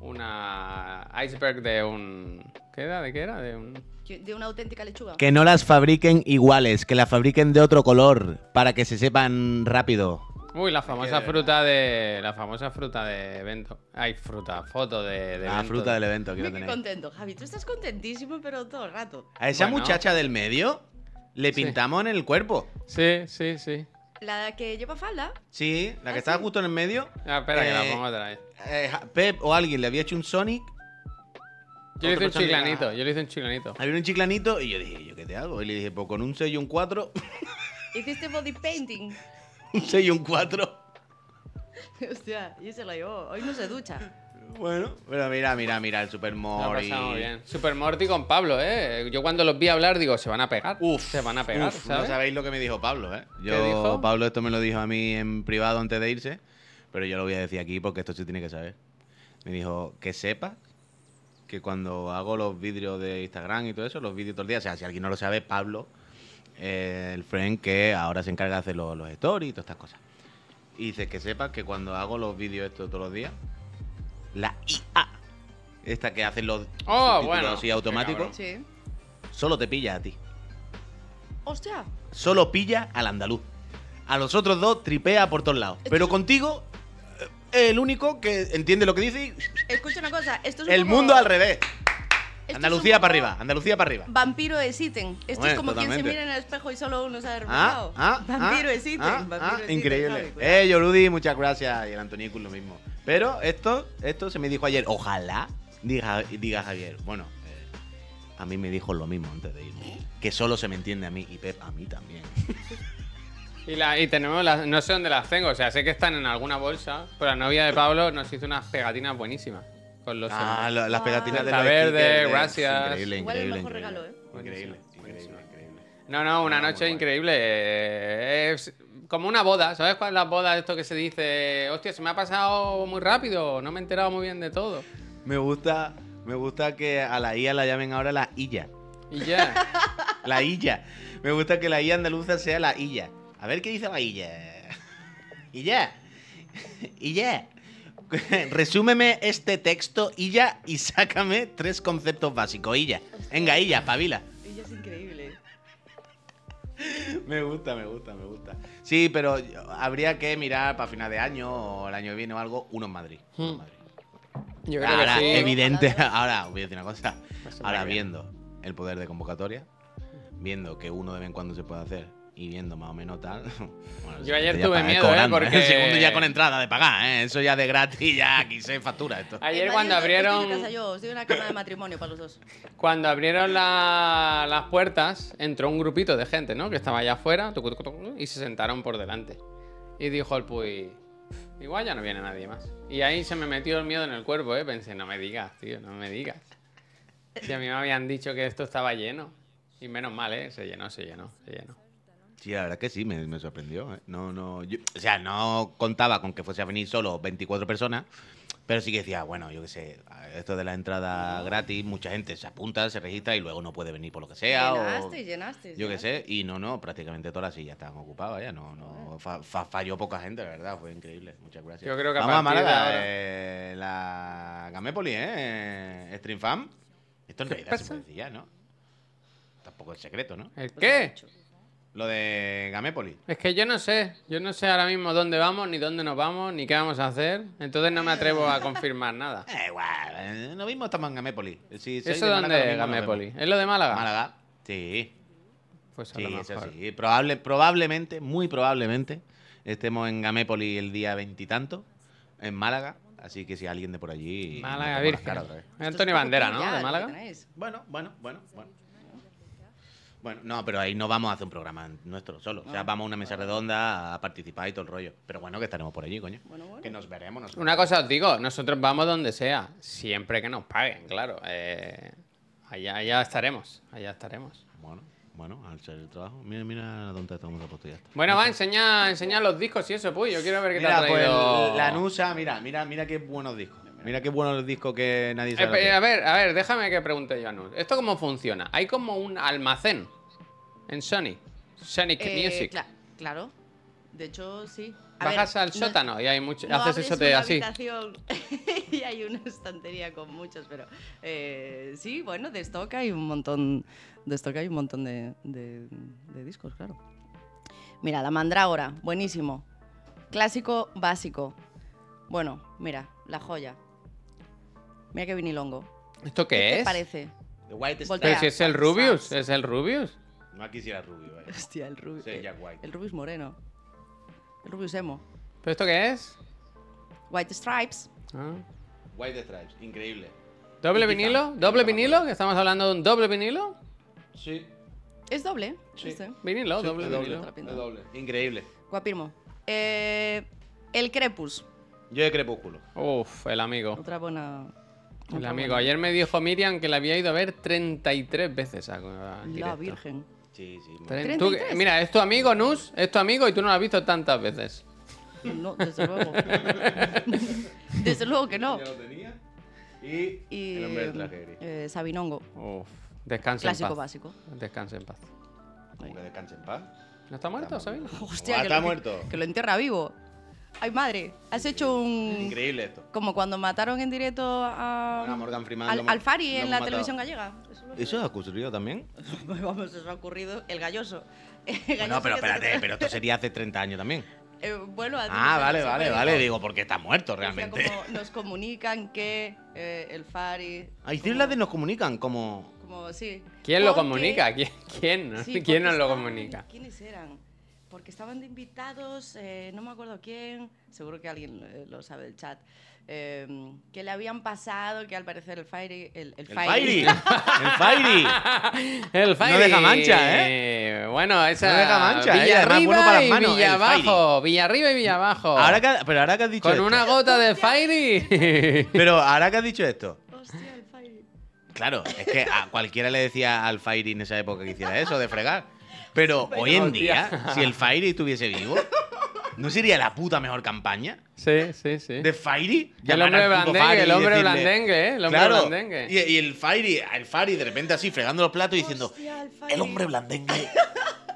Una iceberg de un. ¿Qué era? ¿De qué era? De un.
De una auténtica lechuga.
Que no las fabriquen iguales, que las fabriquen de otro color, para que se sepan rápido.
Uy, la famosa
de verdad.
fruta de. La famosa fruta de evento. Ay, fruta, foto de. de
la
evento.
Ah, fruta del evento
Mira
quiero
qué
tener.
contento, Javi. Tú estás contentísimo, pero todo el rato.
A esa
Bueno.
muchacha del medio le
Sí.
pintamos en el cuerpo.
Sí, sí, sí.
La que lleva falda.
Sí, la
Ah,
que estaba
sí.
justo en el medio.
Ah, espera, que
Eh,
la pongo otra vez.
eh, ja- Pep o alguien le había hecho un Sonic.
Yo le hice
otro
un
Sonic a-
chiclanito, yo le hice un chiclanito.
Había un chiclanito y yo dije, ¿yo qué te hago? Y le dije, pues con un 6 y un 4,
Hiciste este body painting.
[LAUGHS]
[LAUGHS]
un 6 y un 4.
Hostia, y se la llevó. Hoy no se ducha.
Bueno, pero mira, mira, mira, el Super
Lo
Mori.
pasamos bien. Super Morty con Pablo, ¿eh? Yo cuando los vi hablar digo, se van a pegar. Uf, ¿eh? se van a pegar,
Uf,
¿sabes?
No sabéis lo que me dijo Pablo, ¿eh? Yo,
dijo?
Pablo esto me lo dijo a mí en privado antes de irse, pero yo lo voy a decir aquí porque esto se tiene que saber. Me dijo que sepa que cuando hago los vídeos de Instagram y todo eso, los vídeos todos los días, o sea, si alguien no lo sabe, Pablo, eh, el friend que ahora se encarga de hacer los, los stories y todas estas cosas. Y dice que sepa que cuando hago los vídeos estos todos los días, la IA, esta que hacen los
Oh,
subtítulos
bueno.
así
Qué
automáticos,
cabrón.
Sí.
solo te pilla a ti
Hostia.
solo pilla al andaluz. A los otros dos tripea por todos lados. Pero contigo eh, es el único que entiende lo que dice y
Escucha una cosa. Esto es un
el
poco-
mundo al revés.
Esto es
Andalucía para
un poco
arriba, Andalucía para arriba.
Vampiro es ítem. Esto
Hombre,
es como quien
totalmente.
se mira en el espejo y solo uno sabe
Ah,
reflejado.
ah,
vampiro
ah,
es ítem.
ah,
vampiro
ah,
es ítem, Javi,
increíble.
cuidado.
Eh, Yorudi, muchas gracias. Y el Antonicus lo mismo. Pero esto, esto se me dijo ayer. Ojalá diga, diga Javier. Bueno, eh, a mí me dijo lo mismo antes de
¿Eh?
irme. Que solo se me entiende a mí y Pep a mí también.
Y, la- y tenemos las. No sé dónde las tengo, o sea, sé que están en alguna bolsa, pero la novia de Pablo nos hizo unas pegatinas buenísimas con los.
Ah, lo- las
Ah.
pegatinas de
Carta
los
verde,
stickers, eh,
gracias.
Increíble, increíble.
Igual el mejor
increíble.
regalo, ¿eh?
Increíble,
Buenísimo,
increíble, increíble.
No, no, una
Ah, muy
noche
guay.
increíble. eh, Es como una boda, ¿sabes cuál es la boda? Esto que se dice, hostia, se me ha pasado muy rápido, no me he enterado muy bien de todo.
Me gusta, me gusta que a la IA la llamen ahora la Illa.
Y
[LAUGHS]
ya.
La
[LAUGHS]
Illa. Me gusta que la IA andaluza sea la Illa. A ver qué dice la Illa. Illa. Illa. [LAUGHS] Resúmeme este texto, Illa, y sácame tres conceptos básicos, Illa. Venga, Illa, pavila.
Ella pues, es increíble.
Me gusta, me gusta, me gusta. Sí, pero habría que mirar para final de año o el año que viene o algo, uno en Madrid. Uno en
Hmm.
Madrid.
Yo creo
Ahora,
que sí.
evidente, [LAUGHS] ahora voy a decir una cosa.
Pues
Ahora
muy bien.
viendo el poder de convocatoria, viendo que uno de vez en cuando se puede hacer y viendo más o menos tal. [LAUGHS] bueno, el
Yo ayer
siguiente ya
tuve
pagáis
miedo, ¿eh?
cobrando,
Porque-
El segundo ya con entrada de pagar, ¿eh? Eso ya de gratis, ya aquí se factura esto.
Ayer
Eh,
cuando
Mariano,
abrieron,
estoy en casa Yo os doy una cama de matrimonio para los dos.
cuando abrieron la- las puertas, entró un grupito de gente, ¿no? Que estaba allá afuera, tucu, tucu, tucu, y se sentaron por delante. Y dijo el Puy, igual ya no viene nadie más. Y ahí se me metió el miedo en el cuerpo, ¿eh? Pensé, no me digas, tío, no me digas. Si a mí me habían dicho que esto estaba lleno. Y menos mal, ¿eh? Se llenó, se llenó, se llenó.
Sí, la verdad que sí, me, me sorprendió. ¿eh? No, no, yo- o sea, no contaba con que fuese a venir solo 24 personas, pero sí que decía, bueno, yo qué sé, esto de la entrada gratis, mucha gente se apunta, se registra y luego no puede venir por lo que sea. o-
Llenaste, llenaste.
Yo qué
llenaste.
sé, y no, no, prácticamente todas las sillas estaban ocupadas ya, no, no, fa- fa- falló poca gente, la verdad, fue increíble, muchas gracias.
Yo creo que a
Vamos
partir de
Málaga,
ahora-
eh, la Gamépoli, ¿eh? Stream Fam. Esto en
¿Qué
realidad se
pasa?
puede decir ya, ¿no? Tampoco es secreto, ¿no?
¿El
Os
qué?
lo he dicho.
Lo de Gamépoli.
Es que yo no sé, yo no sé ahora mismo dónde vamos, ni dónde nos vamos, ni qué vamos a hacer. Entonces no me atrevo a confirmar nada.
Eh, igual, eh, lo mismo estamos en Gamépoli. Si sois
¿Eso
de Málaga,
dónde es
lo mismo nos
Gamépoli?
vemos.
¿Es lo de Málaga?
Málaga, sí.
Pues a
Sí,
lo
eso
mejor.
sí. Probable, probablemente, muy probablemente, estemos en Gamépoli el día veintitanto, en Málaga. Así que si alguien de por allí.
Málaga
nos vemos las
Virgen.
caras otra vez.
Es
Esto es
Antonio
como
Bandera,
todo
¿no?
ya ¿eh? lo
De
que
Málaga.
tenéis.
Bueno, bueno, bueno, bueno. Bueno, no, pero ahí no vamos a hacer un programa nuestro solo.
Ah.
O sea, vamos a una mesa redonda a participar y todo el rollo. Pero bueno, que estaremos por allí, coño.
Bueno, bueno.
Que nos veremos. Nos
Una cosa os digo, nosotros vamos donde sea, siempre que nos paguen, claro. Eh, allá, allá estaremos, allá estaremos.
Bueno, bueno, al ser el trabajo. Mira, mira dónde estamos a puesto ya está.
Bueno, va, enseña, enseña los discos y eso, pues. Yo quiero ver qué
Mira,
te ha
pues
traído.
la Nusa, mira, mira, mira qué buenos discos. Mira qué buenos discos que nadie
Eh,
sabe.
pe- a ver, a ver, déjame que pregunte yo a Nus. ¿Esto cómo funciona? Hay como un almacén en Sony, Sonic
Eh,
Music.
cla- claro. De hecho, sí. A ver,
Bajas al
no-
sótano y hay mucho,
no
haces
abres
eso te
una
así.
habitación [LAUGHS] y hay una estantería con muchos, pero eh, sí, bueno, de stock hay un montón, de stock hay un montón de, de- de discos, claro. Mira, La Mandrágora, buenísimo. Clásico básico. Bueno, mira, La Joya. Mira qué vinilongo.
¿Esto qué,
¿Qué
es?
te parece?
eh,
The White
Voltea.
Pero si es el
Saks.
Rubius, es el Rubius.
Stripes. No quisiera rubio, eh. vaya.
Hostia, el Rubius.
Sí, Jack White.
El Rubius moreno. El Rubius emo.
¿Pero esto qué es?
White Stripes.
Ah.
White Stripes, increíble.
¿Doble
Y quizá,
vinilo? ¿Doble
quizá me acuerdo.
vinilo? ¿Que estamos hablando de un doble vinilo?
Sí,
Es doble.
Sí.
este.
Vinilo,
Sí,
doble
doble,
vinilo.
otra pinta.
es doble. Increíble.
Guapirmo. Eh, el Crepus.
Yo de Crepúsculo.
Uf, el amigo.
Otra buena.
El
otra
amigo.
buena.
Ayer me dijo Miriam que la había ido a ver 33 veces. Ah, a- a- en
La
directo.
Virgen.
Sí, sí. me-
Tre- tú-
33.
mira, es tu amigo, Nus, es tu amigo y tú no lo has visto tantas veces.
No,
[LAUGHS]
desde luego. desde luego que no.
Ya lo tenía. Y,
Y
el hombre del traje gris.
eh, Sabinongo.
Uf, descansa en
Clásico
paz.
básico. [LAUGHS]
Descansa en paz.
Como que descanse en paz.
¿No está muerto, Sabino?
Hostia,
Ah,
que
está
lo, que-
muerto.
Que, lo entierra vivo. Ay, madre. Has hecho un.
Increíble esto.
Como cuando mataron en directo a.
Bueno, a Morgan Freeman
al,
lo ma-
al Fari
lo
en
han
la
matado.
televisión gallega. Eso lo- [LAUGHS]
¿Eso ha ocurrido también?
Vamos, eso ha ocurrido. El galloso. El
No,
galloso
pero
que se-
espérate, pero esto sería hace 30 años también.
Eh, vuelvo a decir
Ah,
que
vale,
no se
vale,
puede,
vale.
¿no?
Digo, porque está muerto
O sea,
realmente. [LAUGHS]
como nos comunican que eh, el Fari.
Ahí
como-
Cirlas de nos comunican como.
como- sí.
¿Quién lo
Porque-
comunica? ¿Quién, quién, no?
sí, porque
¿Quién nos lo
estaban-
comunica?
¿Quiénes eran? Porque estaban de invitados, eh, no me acuerdo quién, seguro que alguien eh, lo sabe del chat, eh, que le habían pasado, que al parecer el Fairy. El, el
¡El
Fairy.
Fairy!
[LAUGHS]
¡El Fairy!
[LAUGHS] El Fairy.
deja mancha, ¿eh?
Bueno, esa.
No deja mancha,
Villa
eh, además
arriba
bueno para las
y
manos,
Villa
el Fairy.
abajo. Villa arriba y Villa abajo.
Ahora que, pero ahora que has dicho
Con
esto.
una gota de Fairy.
Pero ahora que has dicho esto.
Hostia, el Fairy.
Claro, es que a cualquiera le decía al Fairy en esa época que hiciera eso, de fregar. Pero
Pero,
hoy en
hostia.
día, si el Fairy estuviese vivo, ¿no sería la puta mejor campaña?
[LAUGHS] sí, sí, sí.
¿De Fairy?
El
Llamar
hombre
al puto
blandengue, el
Fairy y
hombre
decirle-
blandengue, ¿eh? El hombre
claro,
blandengue.
Y, y el Fairy, el Fairy de repente así fregando los platos y diciendo,
Hostia, el Fairy.
el hombre blandengue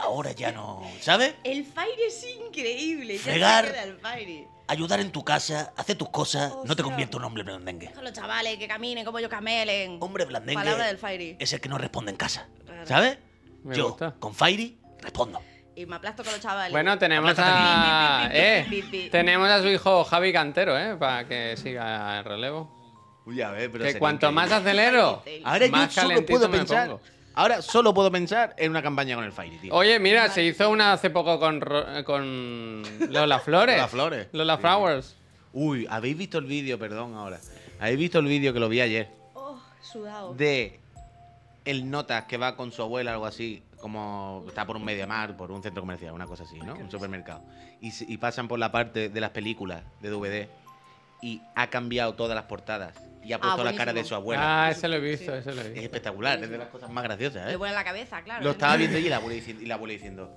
ahora ya no, ¿sabes?
El Fairy es increíble. ya se
Fregar.
queda el Fairy.
Ayudar en tu casa, hacer tus cosas, no te
Hostia.
convierte en un hombre blandengue.
Deja a los chavales que caminen como yo camelen.
Hombre blandengue
Palabra del Fairy.
es el que no responde en casa,
Claro.
¿sabes?
Me
Yo,
gusta.
con Fairy, respondo.
Y me aplasto con los chavales.
Bueno, tenemos
Aplástate.
a.
Pi, pi, pi, pi,
Eh,
pi.
tenemos a su hijo Javi Cantero, ¿eh? Para que siga el relevo.
Uy, a ver, pero
Que
sería
cuanto más
increíble.
acelero.
Ahora
más
yo solo
calentito
puedo
me
pensar...
pongo.
Ahora solo puedo pensar en una campaña con el Fairy, tío.
Oye, mira, se hizo una hace poco con, Ro- con Lola Flores.
Lola Flores.
Lola
Sí.
Flowers.
Uy, ¿habéis visto el vídeo? Perdón, ahora. ¿Habéis visto el vídeo que lo vi ayer?
Oh, sudado.
de el Notas que va con su abuela, algo así, como está por un mediamar, por un centro comercial, una cosa así, ¿no? Un supermercado. Y, se- y pasan por la parte de las películas de DVD y ha cambiado todas las portadas y ha puesto la cara
Ah, buenísimo.
de su abuela.
ah, ese lo he visto,
Sí.
ese lo he
es
visto.
espectacular, es de las cosas más graciosas,
Le
¿eh?
vuela la cabeza, claro.
Lo estaba viendo y la abuela diciendo, y la abuela diciendo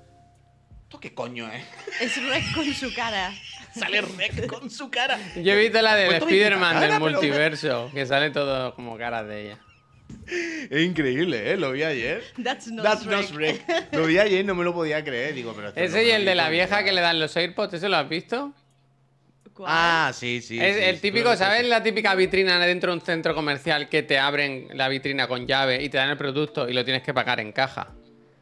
¿Esto qué coño es?
Es Rex con su cara.
[LAUGHS] Sale Rex con su cara.
Yo he visto la del
Pues tú dices,
Spider-Man
"Ahora
del
me lo ves".
multiverso, que sale todo como caras de ella.
Es increíble, ¿eh? Lo vi ayer.
That's not
That's
Shrek.
not Shrek. Lo vi ayer, no me lo podía creer. Digo, pero esto no
Ese
me
y
lo
el
he
de la
visto,
vieja
¿verdad?
que le dan los AirPods, ¿eso lo has visto?
¿Cuál?
Ah, sí, sí.
es
sí,
el
sí,
típico,
claro que
¿sabes?
sí.
La típica vitrina dentro de un centro comercial que te abren la vitrina con llave y te dan el producto y lo tienes que pagar en caja.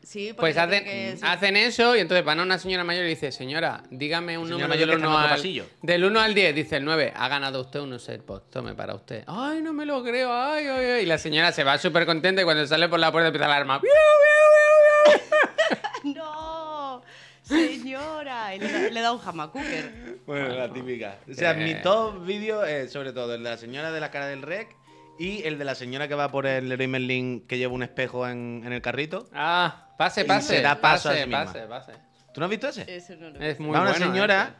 sí, porque
Pues
le tiene
hacen,
que- sí.
hacen eso y entonces van a una señora mayor y dice, señora, dígame un
Señora
número
mayor
del
que está en
1,
otro
al,
pasillo".
del 1 al 10. Dice el 9, ha ganado usted unos AirPods, tome para usted. Ay, no me lo creo, ay, ay, ay. Y la señora se va súper contenta y cuando sale por la puerta empieza la alarma. ¡Biu, biu, biu, biu!
[LAUGHS] No, señora. Y Le, da- le da un hamacúper.
Bueno, la típica. O sea,
Que-
mi top vídeo es sobre todo el de la señora de la cara del rec y el de la señora que va por el Leroy Merlin que lleva un espejo en, en el carrito.
Ah, pase,
Y
pase.
se da paso a
pase,
sí misma.
pase, pase.
¿Tú no has visto ese?
Eso no lo
Es muy
va una
bueno,
señora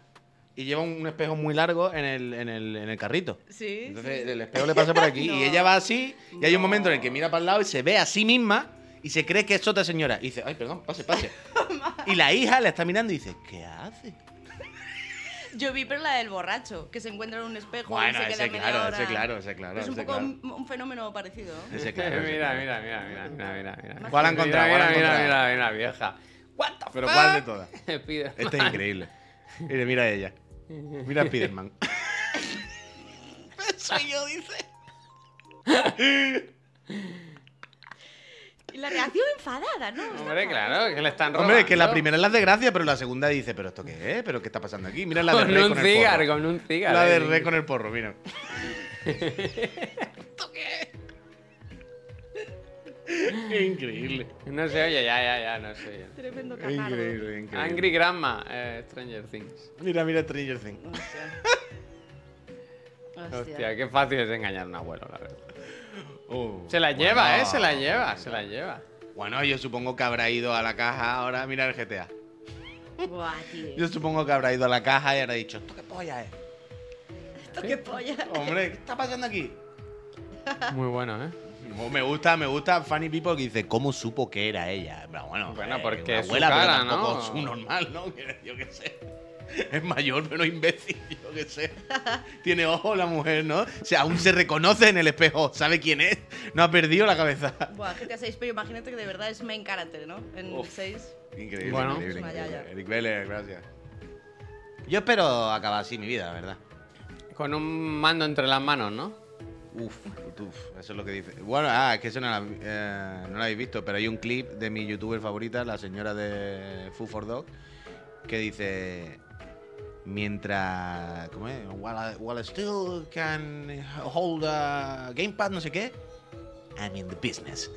y lleva un, un espejo muy largo en el, en el, en el carrito.
Sí.
Entonces
sí.
el espejo le pasa
[LAUGHS]
por aquí
No.
y ella va así y hay un
No.
momento en el que mira para el lado y se ve a sí misma y se cree que es otra señora. Y dice, ay, perdón, pase, pase.
[LAUGHS]
y la hija la está mirando y dice, ¿qué hace?
Yo vi pero la del borracho, que se encuentra en un espejo
Bueno,
y se queda
ese
media
claro,
hora.
ese claro, ese claro,
Es un
ese
poco
claro.
un, un fenómeno parecido. ¿no?
[LAUGHS]
Ese
mira,
claro, ese
mira,
claro.
mira, mira, mira, mira, mira.
¿Cuál han encontrado?
Mira,
¿Cuál
mira,
han
mira,
encontrado?
mira, mira, vieja. [LAUGHS] What the
Pero
fuck?
¿cuál de todas?
Spiderman.
Este es increíble. Mira, mira a ella.
[LAUGHS]
Mira a Spiderman.
Soy yo, dice. Y la reacción enfadada, ¿no? Está
Hombre,
enfadada.
claro, que le están robando.
Hombre, es que la primera es la desgracia, pero la segunda dice, ¿pero esto qué es? ¿Pero qué está pasando aquí? Mira la de
Con
Rey
un
con el
cigar,
porro.
con un cigar.
La de
eh.
Rey con el porro,
[LAUGHS]
mira. ¿Esto qué es? Increíble.
No se oye, ya, ya, ya, no se oye.
Tremendo catarro.
Increíble, increíble.
Angry Grandma, eh, Stranger Things.
Mira, mira Stranger Things.
Hostia.
[LAUGHS]
Hostia.
Hostia, qué fácil es engañar a un abuelo, la verdad.
Oh,
Se la lleva,
bueno.
eh, se la lleva, se la lleva.
Bueno, yo supongo que habrá ido a la caja ahora. Mira el GTA.
Buah, tío.
Yo supongo que habrá ido a la caja y habrá dicho, ¿esto qué polla es?
Esto qué polla.
Hombre, ¿qué está pasando aquí?
[LAUGHS] Muy bueno, eh.
No, me gusta, me gusta Funny People que dice cómo supo que era ella. Pero Bueno,
Bueno,
eh,
porque
una
su
abuela,
cara,
pero tampoco
¿no?
es un normal, ¿no? [LAUGHS] Yo qué sé. Es mayor, pero imbécil, [LAUGHS] yo
[LAUGHS]
qué sé. Tiene ojos la mujer, ¿no? O sea, aún se reconoce en el espejo, sabe quién es. No ha perdido la cabeza. [LAUGHS]
Buah, GTA 6, pero imagínate que de verdad es main character, ¿no? En
Uf.
6.
Increíble,
Bueno.
increíble,
Es una
increíble.
yaya.
Eric Beller, gracias. Yo espero acabar así mi vida, la verdad.
Con un mando entre las manos, ¿no?
Uf, uf, eso es lo que dice. Bueno, ah, es que eso no lo no la habéis visto, pero hay un clip de mi youtuber favorita, la señora de Food for Dog, que dice: Mientras. ¿Cómo es? While, I- while I still can hold a gamepad, no sé qué. I'm in the business.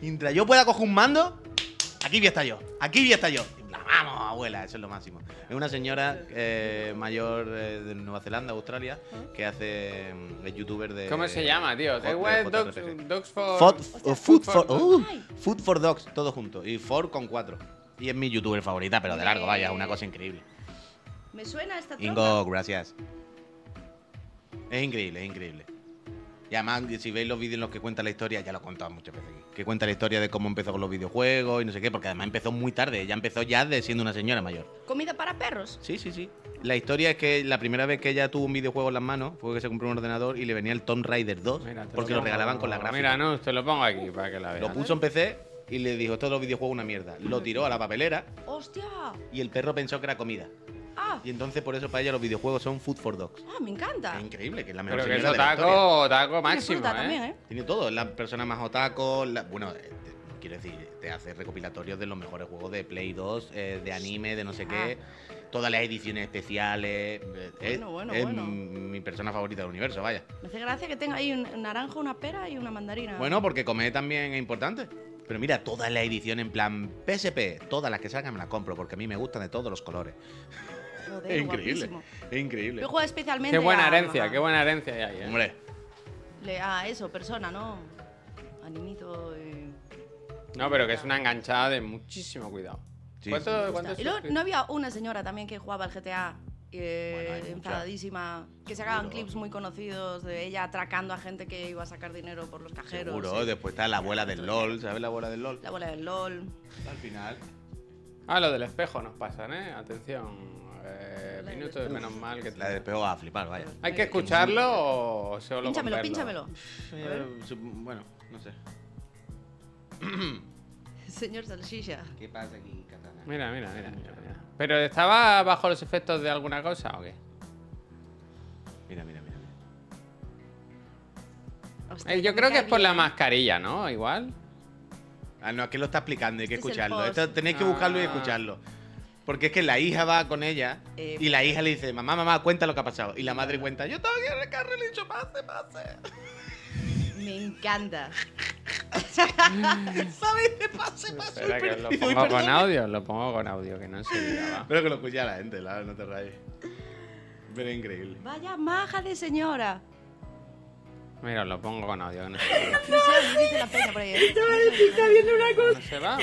Mientras yo pueda coger un mando, aquí voy a estar yo. Aquí voy a estar yo. En plan, Vamos, abuela, eso es lo máximo. Es una señora eh, mayor eh, de Nueva Zelanda, Australia, que hace. mm, Es youtuber de.
¿Cómo se llama, tío?
de
The Wild Dogs,
JRPG.
Dogs for...
Food,
Hostia,
food for,
Dogs.
uh, Food for Dogs, todo junto. Y Four con cuatro. Y es mi youtuber favorita, pero de largo, vaya, una cosa increíble.
Me suena esta tropa.
Ingo, gracias. Es increíble, es increíble. Y además, si veis los vídeos en los que cuenta la historia, ya lo he contado muchas veces aquí, que cuenta la historia de cómo empezó con los videojuegos y no sé qué, porque además empezó muy tarde, ella empezó ya de siendo una señora mayor.
Comida para perros.
Sí, sí, sí. La historia es que la primera vez que ella tuvo un videojuego en las manos fue que se compró un ordenador y le venía el Tomb Raider 2,
Mira, te
porque lo,
pongo-
regalaban con la gráfica.
Mira, no, te lo pongo aquí para que la veas.
Lo puso en PC y le dijo, esto de los videojuegos es una mierda. Lo tiró a la papelera
¡Hostia!
y el perro pensó que era comida.
¡Ah!
Y entonces por eso para ella los videojuegos son food for dogs.
¡Ah, me encanta!
Es increíble, que es la mejor
Pero que es
señora de la historia.
otaco, otaco
Tiene
máximo,
fruta
¿eh?
también, ¿eh?
Tiene todo, es la persona más otaco, la- bueno, eh, te- quiero decir, te hace recopilatorios de los mejores juegos de Play 2, eh, de anime, de no sé qué, todas las ediciones especiales, eh, es,
Ah. Bueno, bueno,
es
bueno.
mi persona favorita del universo, vaya.
Me hace gracia que tenga ahí un naranjo, una pera y una mandarina.
Bueno, porque comer también es importante. Pero mira, todas las ediciones en plan PSP, todas las que salgan me las compro, porque a mí me gustan de todos los colores.
Joder,
Es increíble,
guapísimo.
es increíble.
Yo juego especialmente
Qué buena
a-
herencia,
a-
qué buena herencia hay ahí, ¿eh?
Hombre,
le- A eso, persona, ¿no? Animito. eh.
No, pero que es una enganchada de muchísimo cuidado.
Sí, sí,
¿Cuánto,
me
cuánto
Y luego,
suscriptores?
¿no había una señora también que jugaba al GTA? eh,
Bueno, hay mucha.
enfadadísima, que sacaban
Seguro.
clips muy conocidos de ella atracando a gente que iba a sacar dinero por los cajeros.
seguro.
eh.
Después está la abuela del LOL, ¿sabes la abuela del LOL?
La bola del LOL.
Al final.
Ah, lo del espejo nos pasan, ¿eh? Atención. Eh,
La del
minutos,
espejo.
menos mal que...
La despegó a flipar, vaya.
¿Hay que escucharlo o solo
Eh, Pínchamelo,
con verlo?
pínchamelo. [LAUGHS]
Eh, sup- Bueno, no sé.
Señor Salchicha.
¿Qué pasa aquí en Catana?
Mira, mira, mira, mira, mira. ¿Pero estaba bajo los efectos de alguna cosa o qué?
Mira, mira, mira.
Hostia,
Eh, yo
me
creo que
cae
es por la
bien.
mascarilla, ¿no? Igual.
Ah, no, es que lo está explicando, hay que
Este es el
escucharlo.
post.
Esto tenéis que buscarlo y
Ah.
escucharlo. Porque es que la hija va con ella
Eh,
y
pues.
la hija le dice, mamá, mamá, cuenta lo que ha pasado. Y la madre cuenta, yo estaba aquí en el carro y le he dicho, pase, pase.
Me encanta.
[LAUGHS]
¿Sabes? De pase, pase.
Espera, que
Pero-
lo
y doy
pongo con
perdón.
audio, lo pongo con audio, que no se oiga, va.
Espero que lo escuche la gente, la, no te rayes. Pero es increíble.
Vaya maja de señora.
Mira, lo pongo con audio, que no se oiga.
No sé, me dice la peña por ahí. ¿eh?
¿No se va?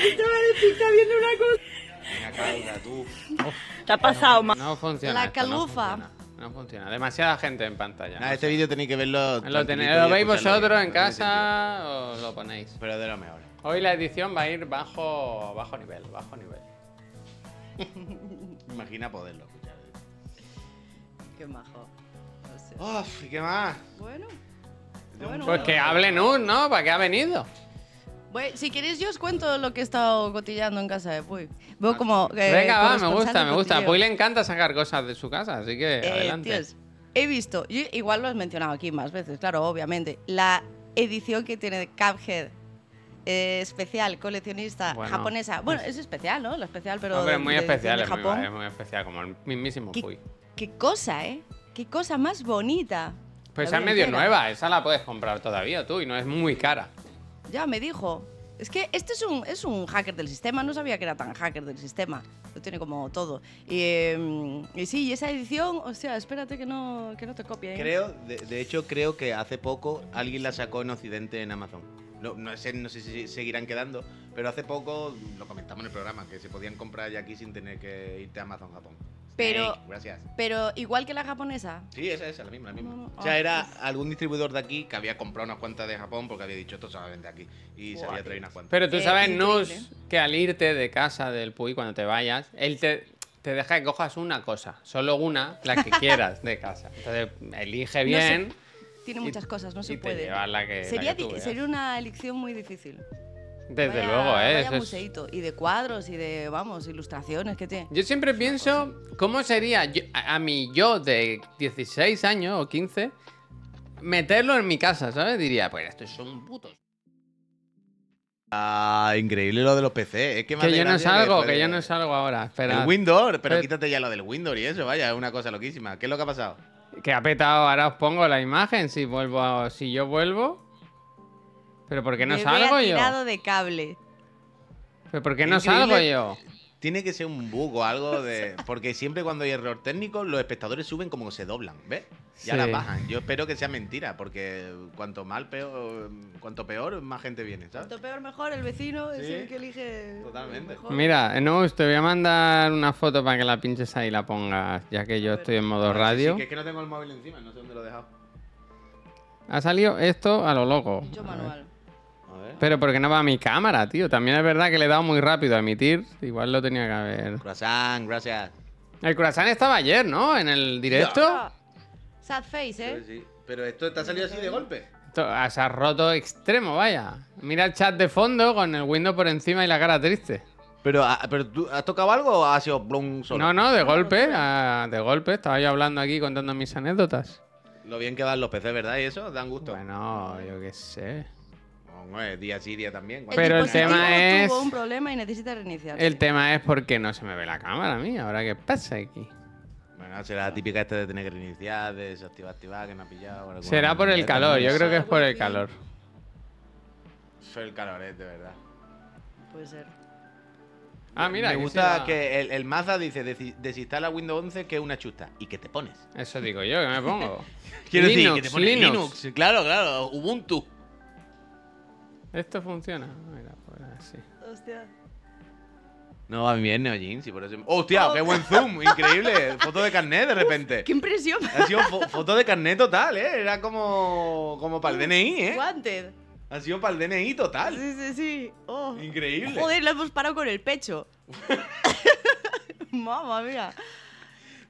Venga, causa, tú.
¿Qué ha pasado, ma?
No funciona.
La
esto, no
calufa.
funciona, No funciona. Demasiada gente en pantalla.
Nada,
no
este
sé.
vídeo tenéis que verlo.
lo,
tranquilito
tenéis- lo
y
veis
escucharlo
vosotros
bien,
en
no tiene sentido.
casa o lo ponéis.
Pero de lo mejor.
Hoy la edición va a ir bajo, bajo nivel, bajo nivel.
Imagina poderlo escuchar.
Qué majo. O sea,
Uf, ¿y ¿qué más?
Bueno.
Bueno,
Pues que hablen un, ¿no? ¿Para qué ha venido?
Bueno, si queréis yo os cuento lo que he estado cotillando en casa de Puy. Veo como... eh,
Ah, Venga, va, me
corresponsal
gusta,
de
me gusta. A
cotilleo.
Puy le encanta sacar cosas de su casa, así que
Eh,
adelante.
tíos, he visto, yo igual lo has mencionado aquí más veces, claro, obviamente, la edición que tiene de Cuphead. eh, especial, coleccionista
Bueno. pues
japonesa. Bueno, es especial, ¿no? La especial, pero.
Hombre,
de-
muy
de- de
especial, es muy,
Japón.
es muy especial, como el mismísimo
¿Qué,
Puy.
qué cosa, ¿eh? Qué cosa más bonita.
Pues esa
La
es
vida
medio
entera.
nueva, esa la puedes comprar todavía tú y no es muy cara.
Ya me dijo. Es que este es un, es un hacker del sistema, no sabía que era tan hacker del sistema. Lo tiene como todo. Y, eh, y sí, y esa edición, o sea, espérate que no, que no te copie. ¿eh?
Creo, de, de hecho, creo que hace poco alguien la sacó en Occidente en Amazon. No, no sé, no sé si seguirán quedando, pero hace poco lo comentamos en el programa, que se podían comprar ya aquí sin tener que irte a Amazon Japón.
Pero-
Snake, gracias.
Pero igual que la japonesa.
Sí, esa es la misma, la misma.
No, no,
o sea,
ah,
era
pues-
algún distribuidor de aquí que había comprado unas cuantas de Japón porque había dicho esto se va a vender aquí y se
Guau.
había traído unas cuantas.
Pero tú
Eh,
sabes,
increíble.
Nus, que al irte de casa del Puy, cuando te vayas, él te, te deja que cojas una cosa, solo una, la
[LAUGHS]
que quieras de casa. Entonces, elige
No sé,
bien.
Tiene
y-
muchas cosas, no
y
se
te
puede.
llevas la que- la
sería,
que tú
di-
veas.
sería una elección muy difícil.
Desde
Vaya-
luego, ¿eh?
vaya
Eso es-
museíto. Y de cuadros y de, vamos, ilustraciones que tiene.
Yo siempre pienso, ¿cómo sería yo- a, a mi yo de 16 años o 15 meterlo en mi casa, ¿sabes? Diría, pues esto es un puto
Ah, increíble lo de los PC. Es que, me
Que
hace
yo no
gracia
salgo,
después
que
de-
yo no salgo ahora. Espera.
El Windows, pero
Pero-
quítate ya lo del Windows y eso, vaya, es una cosa loquísima. ¿Qué es lo que ha pasado?
Que ha petado, ahora os pongo la imagen si vuelvo a- si yo vuelvo. Pero ¿por qué no
Bebé
salgo
ha
yo?
tirado de cable.
¿Pero por qué no
Increíble.
salgo yo?
Tiene que ser un bug o algo [LAUGHS] de. Porque siempre cuando hay error técnico, los espectadores suben como que se doblan, ¿ves? Ya
Sí.
la bajan. Yo espero que sea mentira, porque cuanto mal peor, cuanto peor, más gente viene, ¿sabes?
Cuanto peor, mejor. El vecino es
Sí.
el que elige.
Totalmente.
mejor.
Mira, eh, no, te voy a mandar una foto para que la pinches ahí y la pongas, ya que yo estoy en modo radio.
Sí, que es que no tengo el móvil encima, no sé dónde lo he dejado.
Ha salido esto a lo loco.
Yo
A ver.
manual.
A ver.
Pero porque no va a mi cámara, tío. También es verdad que le he dado muy rápido a emitir. Igual lo tenía que haber.
Croissant, gracias.
El corazón estaba ayer, ¿no? En el directo.
Ah, Sad face,
Sí,
¿eh?
sí. Pero esto te ha salido así de golpe.
Esto, ah, se ha roto extremo, vaya. Mira el chat de fondo con el Windows por encima y la cara triste.
Pero, ah, pero tú has tocado algo o ha sido blum solo.
No, no, de golpe, ah, de golpe. Estaba yo hablando aquí contando mis anécdotas.
Lo bien que van los PC, ¿verdad? Y eso, dan gusto.
Bueno, yo qué sé.
Hombre, eh, día sí, día también.
El Pero el
dispositivo
tema es-
Tuvo un problema y necesita reiniciar.
El tema es por qué no se me ve la cámara a mí. Ahora qué pasa aquí.
Bueno, será la típica esta de tener que reiniciar, de desactivar, activar, que no ha pillado. alguna
Será por el
manera.
calor, yo creo que es por el
Sí.
calor.
Fue el calor, es de verdad.
Puede ser.
Ah, mira,
Me
que
gusta
sí la-
que el, el Mazda dice, "Desi- desinstala Windows 11 que es una chusta. ¿Y qué te pones?
Eso digo yo, que me
[LAUGHS]
pongo.
que te pones Claro, claro, Ubuntu.
Esto funciona. Mira, pues así.
Hostia.
No, va bien, Neojin, sí, por eso... ¡Hostia, qué buen [LAUGHS] zoom! Increíble. Foto de carnet de repente.
¡Qué impresión!
Ha sido fo- foto de carnet total, ¿eh? Era como, como para el DNI, ¿eh?
Wanted.
Ha sido para el DNI total.
Sí, sí, sí. Oh.
Increíble.
Joder, lo hemos parado con
[LAUGHS]
el pecho. Mamma mía.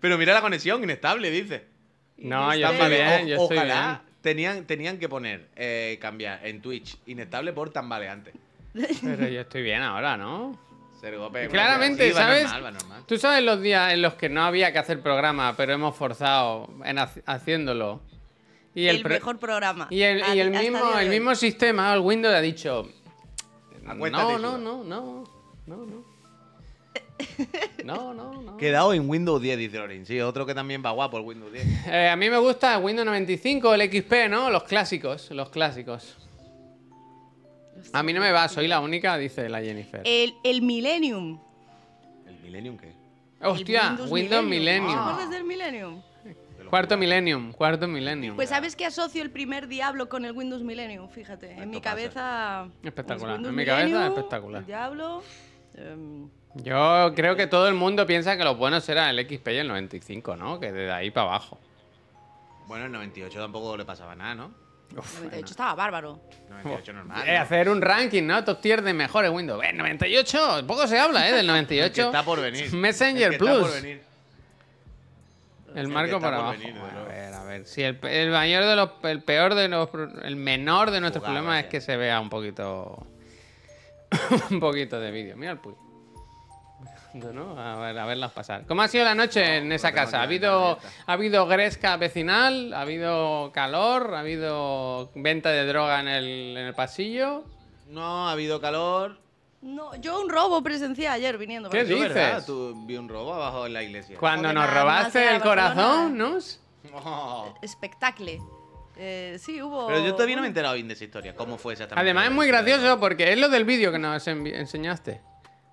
Pero mira la conexión, inestable, dice.
No, yo
Está
estoy
Tambaleante.
bien, yo
O-
estoy bien.
ojalá Tenían, tenían que poner, eh, cambiar en Twitch, inestable por tambaleante.
Pero yo estoy bien ahora, ¿no?
Sergope, bueno,
Claramente,
sí, va
¿sabes?
normal, va normal.
Tú sabes los días en los que no había que hacer programa, pero hemos forzado en hac- haciéndolo. Y el,
el
pro-
mejor programa.
y el, y
A-
el
hasta día
mismo,
de
el
hoy.
mismo sistema, el Windows, ha dicho...
Acuéstate,
No, no, no,
chulo".
no, no, no. No, no,
[LAUGHS]
no.
Quedado en Windows 10, dice Lorin. Sí, otro que también va guapo el Windows 10.
Eh, a mí me gusta el Windows 95, el XP, ¿no? Los clásicos, los clásicos. A mí no me va, soy la única, dice la Jennifer.
El, el Millennium.
¿El Millennium qué?
Hostia,
El
Windows,
¿Te
Millennium. Ah,
acuerdas del Millennium?
Cuarto Millennium, cuarto Millennium.
Pues sabes que asocio el primer Diablo con el Windows Millennium, fíjate. En
Esto
mi
pasa.
cabeza.
Espectacular,
pues, Windows
en mi cabeza,
Millennium,
espectacular.
el Diablo. em,
Yo creo que todo el mundo piensa que lo bueno será el XP y el 95, ¿no? Que desde ahí para abajo.
Bueno, el 98 tampoco le pasaba nada, ¿no?
98 estaba bárbaro.
98 normal.
Eh,
¿no?
hacer un ranking, ¿no? Top tier de mejores Windows. Eh, 98, poco se habla, ¿eh? Del
El [LAUGHS] que
98.
está por venir.
Messenger
El que Está
Plus.
por venir.
El marco
está
para
por
abajo.
venir, desde
a
luego.
ver, a ver. Si el, el mayor de los, el peor de los, el menor de nuestros
Jugada,
problemas es
ya.
que se vea un poquito, [LAUGHS] un poquito de vídeo. Mira el puy. ¿No? A, ver, a verlas pasar. ¿Cómo ha sido la noche en esa
lo tengo
casa? ¿Ha
aquí en la
habido,
gaveta.
¿Ha habido gresca vecinal? ¿Ha habido calor? ¿Ha habido venta de droga en el, en el pasillo?
No, ha habido calor.
No, yo un robo presencié ayer viniendo.
¿Qué
para
Yo,
dices?
¿verdad? Tú vi un robo abajo en la iglesia.
Cuando
Joder,
nos
nada más
robaste
era
el corazón,
Barcelona. ¿eh?
¿no?
Oh.
espectacle. Eh, sí, hubo.
Pero yo todavía no me he enterado bien de esa historia. ¿Cómo fue exactamente?
Además es muy gracioso porque es lo del vídeo que nos envi- enseñaste.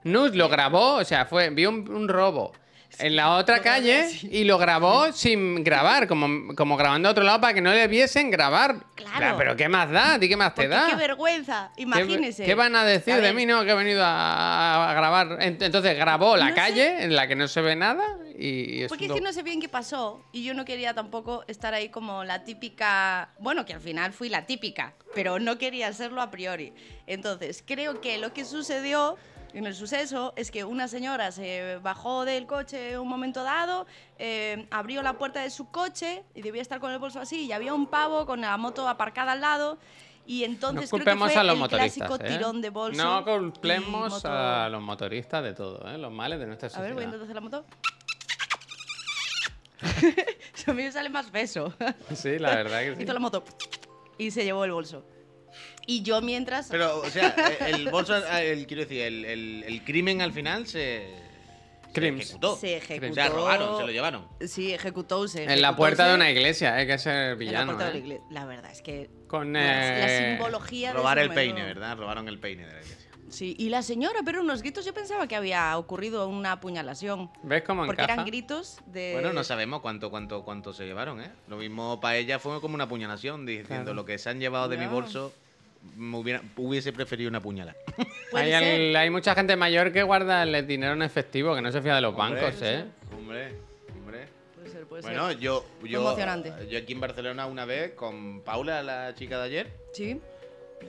Nus lo grabó, o sea, fue vio un, un robo en la otra
lo grabé,
calle
[LAUGHS] sí.
y lo grabó sin grabar, como, como grabando a otro lado para que no le viesen grabar.
Claro.
Pero, pero ¿qué más da? ¿A ti qué más te
Porque
da?
Qué vergüenza,
¿Qué-
imagínese.
¿Qué van a decir
A
de
ver,
mí? No, que he venido a, a grabar. Ent- Entonces grabó la
No sé.
calle en la que no se ve nada y... y es
Porque
un
es que
do-
no sé bien qué pasó y yo no quería tampoco estar ahí como la típica, bueno, que al final fui la típica, pero no quería serlo a priori. Entonces, creo que lo que sucedió en el suceso es que una señora se bajó del coche en un momento dado, eh, abrió la puerta de su coche y debía estar con el bolso así y había un pavo con la moto aparcada al lado. Y entonces
No
creo que
culpemos
fue
a los
el
motoristas.
clásico
¿eh?
tirón de bolso.
No
y
culpemos
moto-
a los motoristas de todo, ¿eh? los males de nuestra
a
sociedad.
ver, voy a intentar hacer la moto. [LAUGHS] A mí me sale más peso. [LAUGHS]
Sí, la verdad que sí.
Hizo la moto y se llevó el bolso. Y yo mientras...
Pero, o sea, el bolso, el, quiero decir, el, el- el crimen al final se.
Crims.
Se ejecutó.
Se ejecutó.
O sea, robaron, se lo llevaron.
Sí, ejecutó, se
En la
ejecutó,
puerta
se-
de una iglesia, eh, que es el
en la
villano.
puerta de la
eh.
iglesia. La verdad es que
Con
la, la
eh,
simbología de
Robar
ese
el
momento-
peine, ¿verdad? Robaron el peine de la iglesia.
Sí, y la señora, pero unos gritos, yo pensaba que había ocurrido una apuñalación.
¿Ves cómo
Porque
encaja?
eran gritos de...
Bueno, no sabemos cuánto, cuánto, cuánto se llevaron, ¿eh? Lo mismo para ella fue como una puñalación, diciendo
Claro.
lo que se han llevado de mi
Ya.
bolso, me hubiera- hubiese preferido una puñalada.
Hay,
Puede ser.
el- hay mucha gente mayor que guarda el dinero en efectivo, que no se fía de los
Hombre,
bancos, ¿eh?
Hombre, hombre.
Puede ser, puede
Bueno,
ser.
yo, yo,
Pues Emocionante.
yo aquí en Barcelona una vez con Paula, la chica de ayer,
Sí.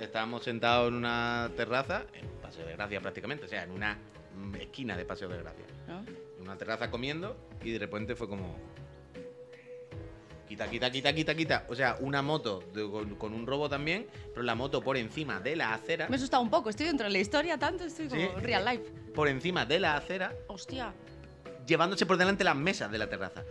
estábamos sentados en una terraza, en Paseo de Gracia prácticamente, o sea, en una mm, esquina de Paseo de Gracia.
¿no?
en una terraza comiendo y de repente fue como quita quita quita quita quita o sea una moto de- con, con un robo también pero la moto por encima de la acera
Me he asustado un poco, estoy dentro de la historia tanto, estoy como
Sí.
real life.
por encima de la acera
Hostia.
llevándose por delante las mesas de la terraza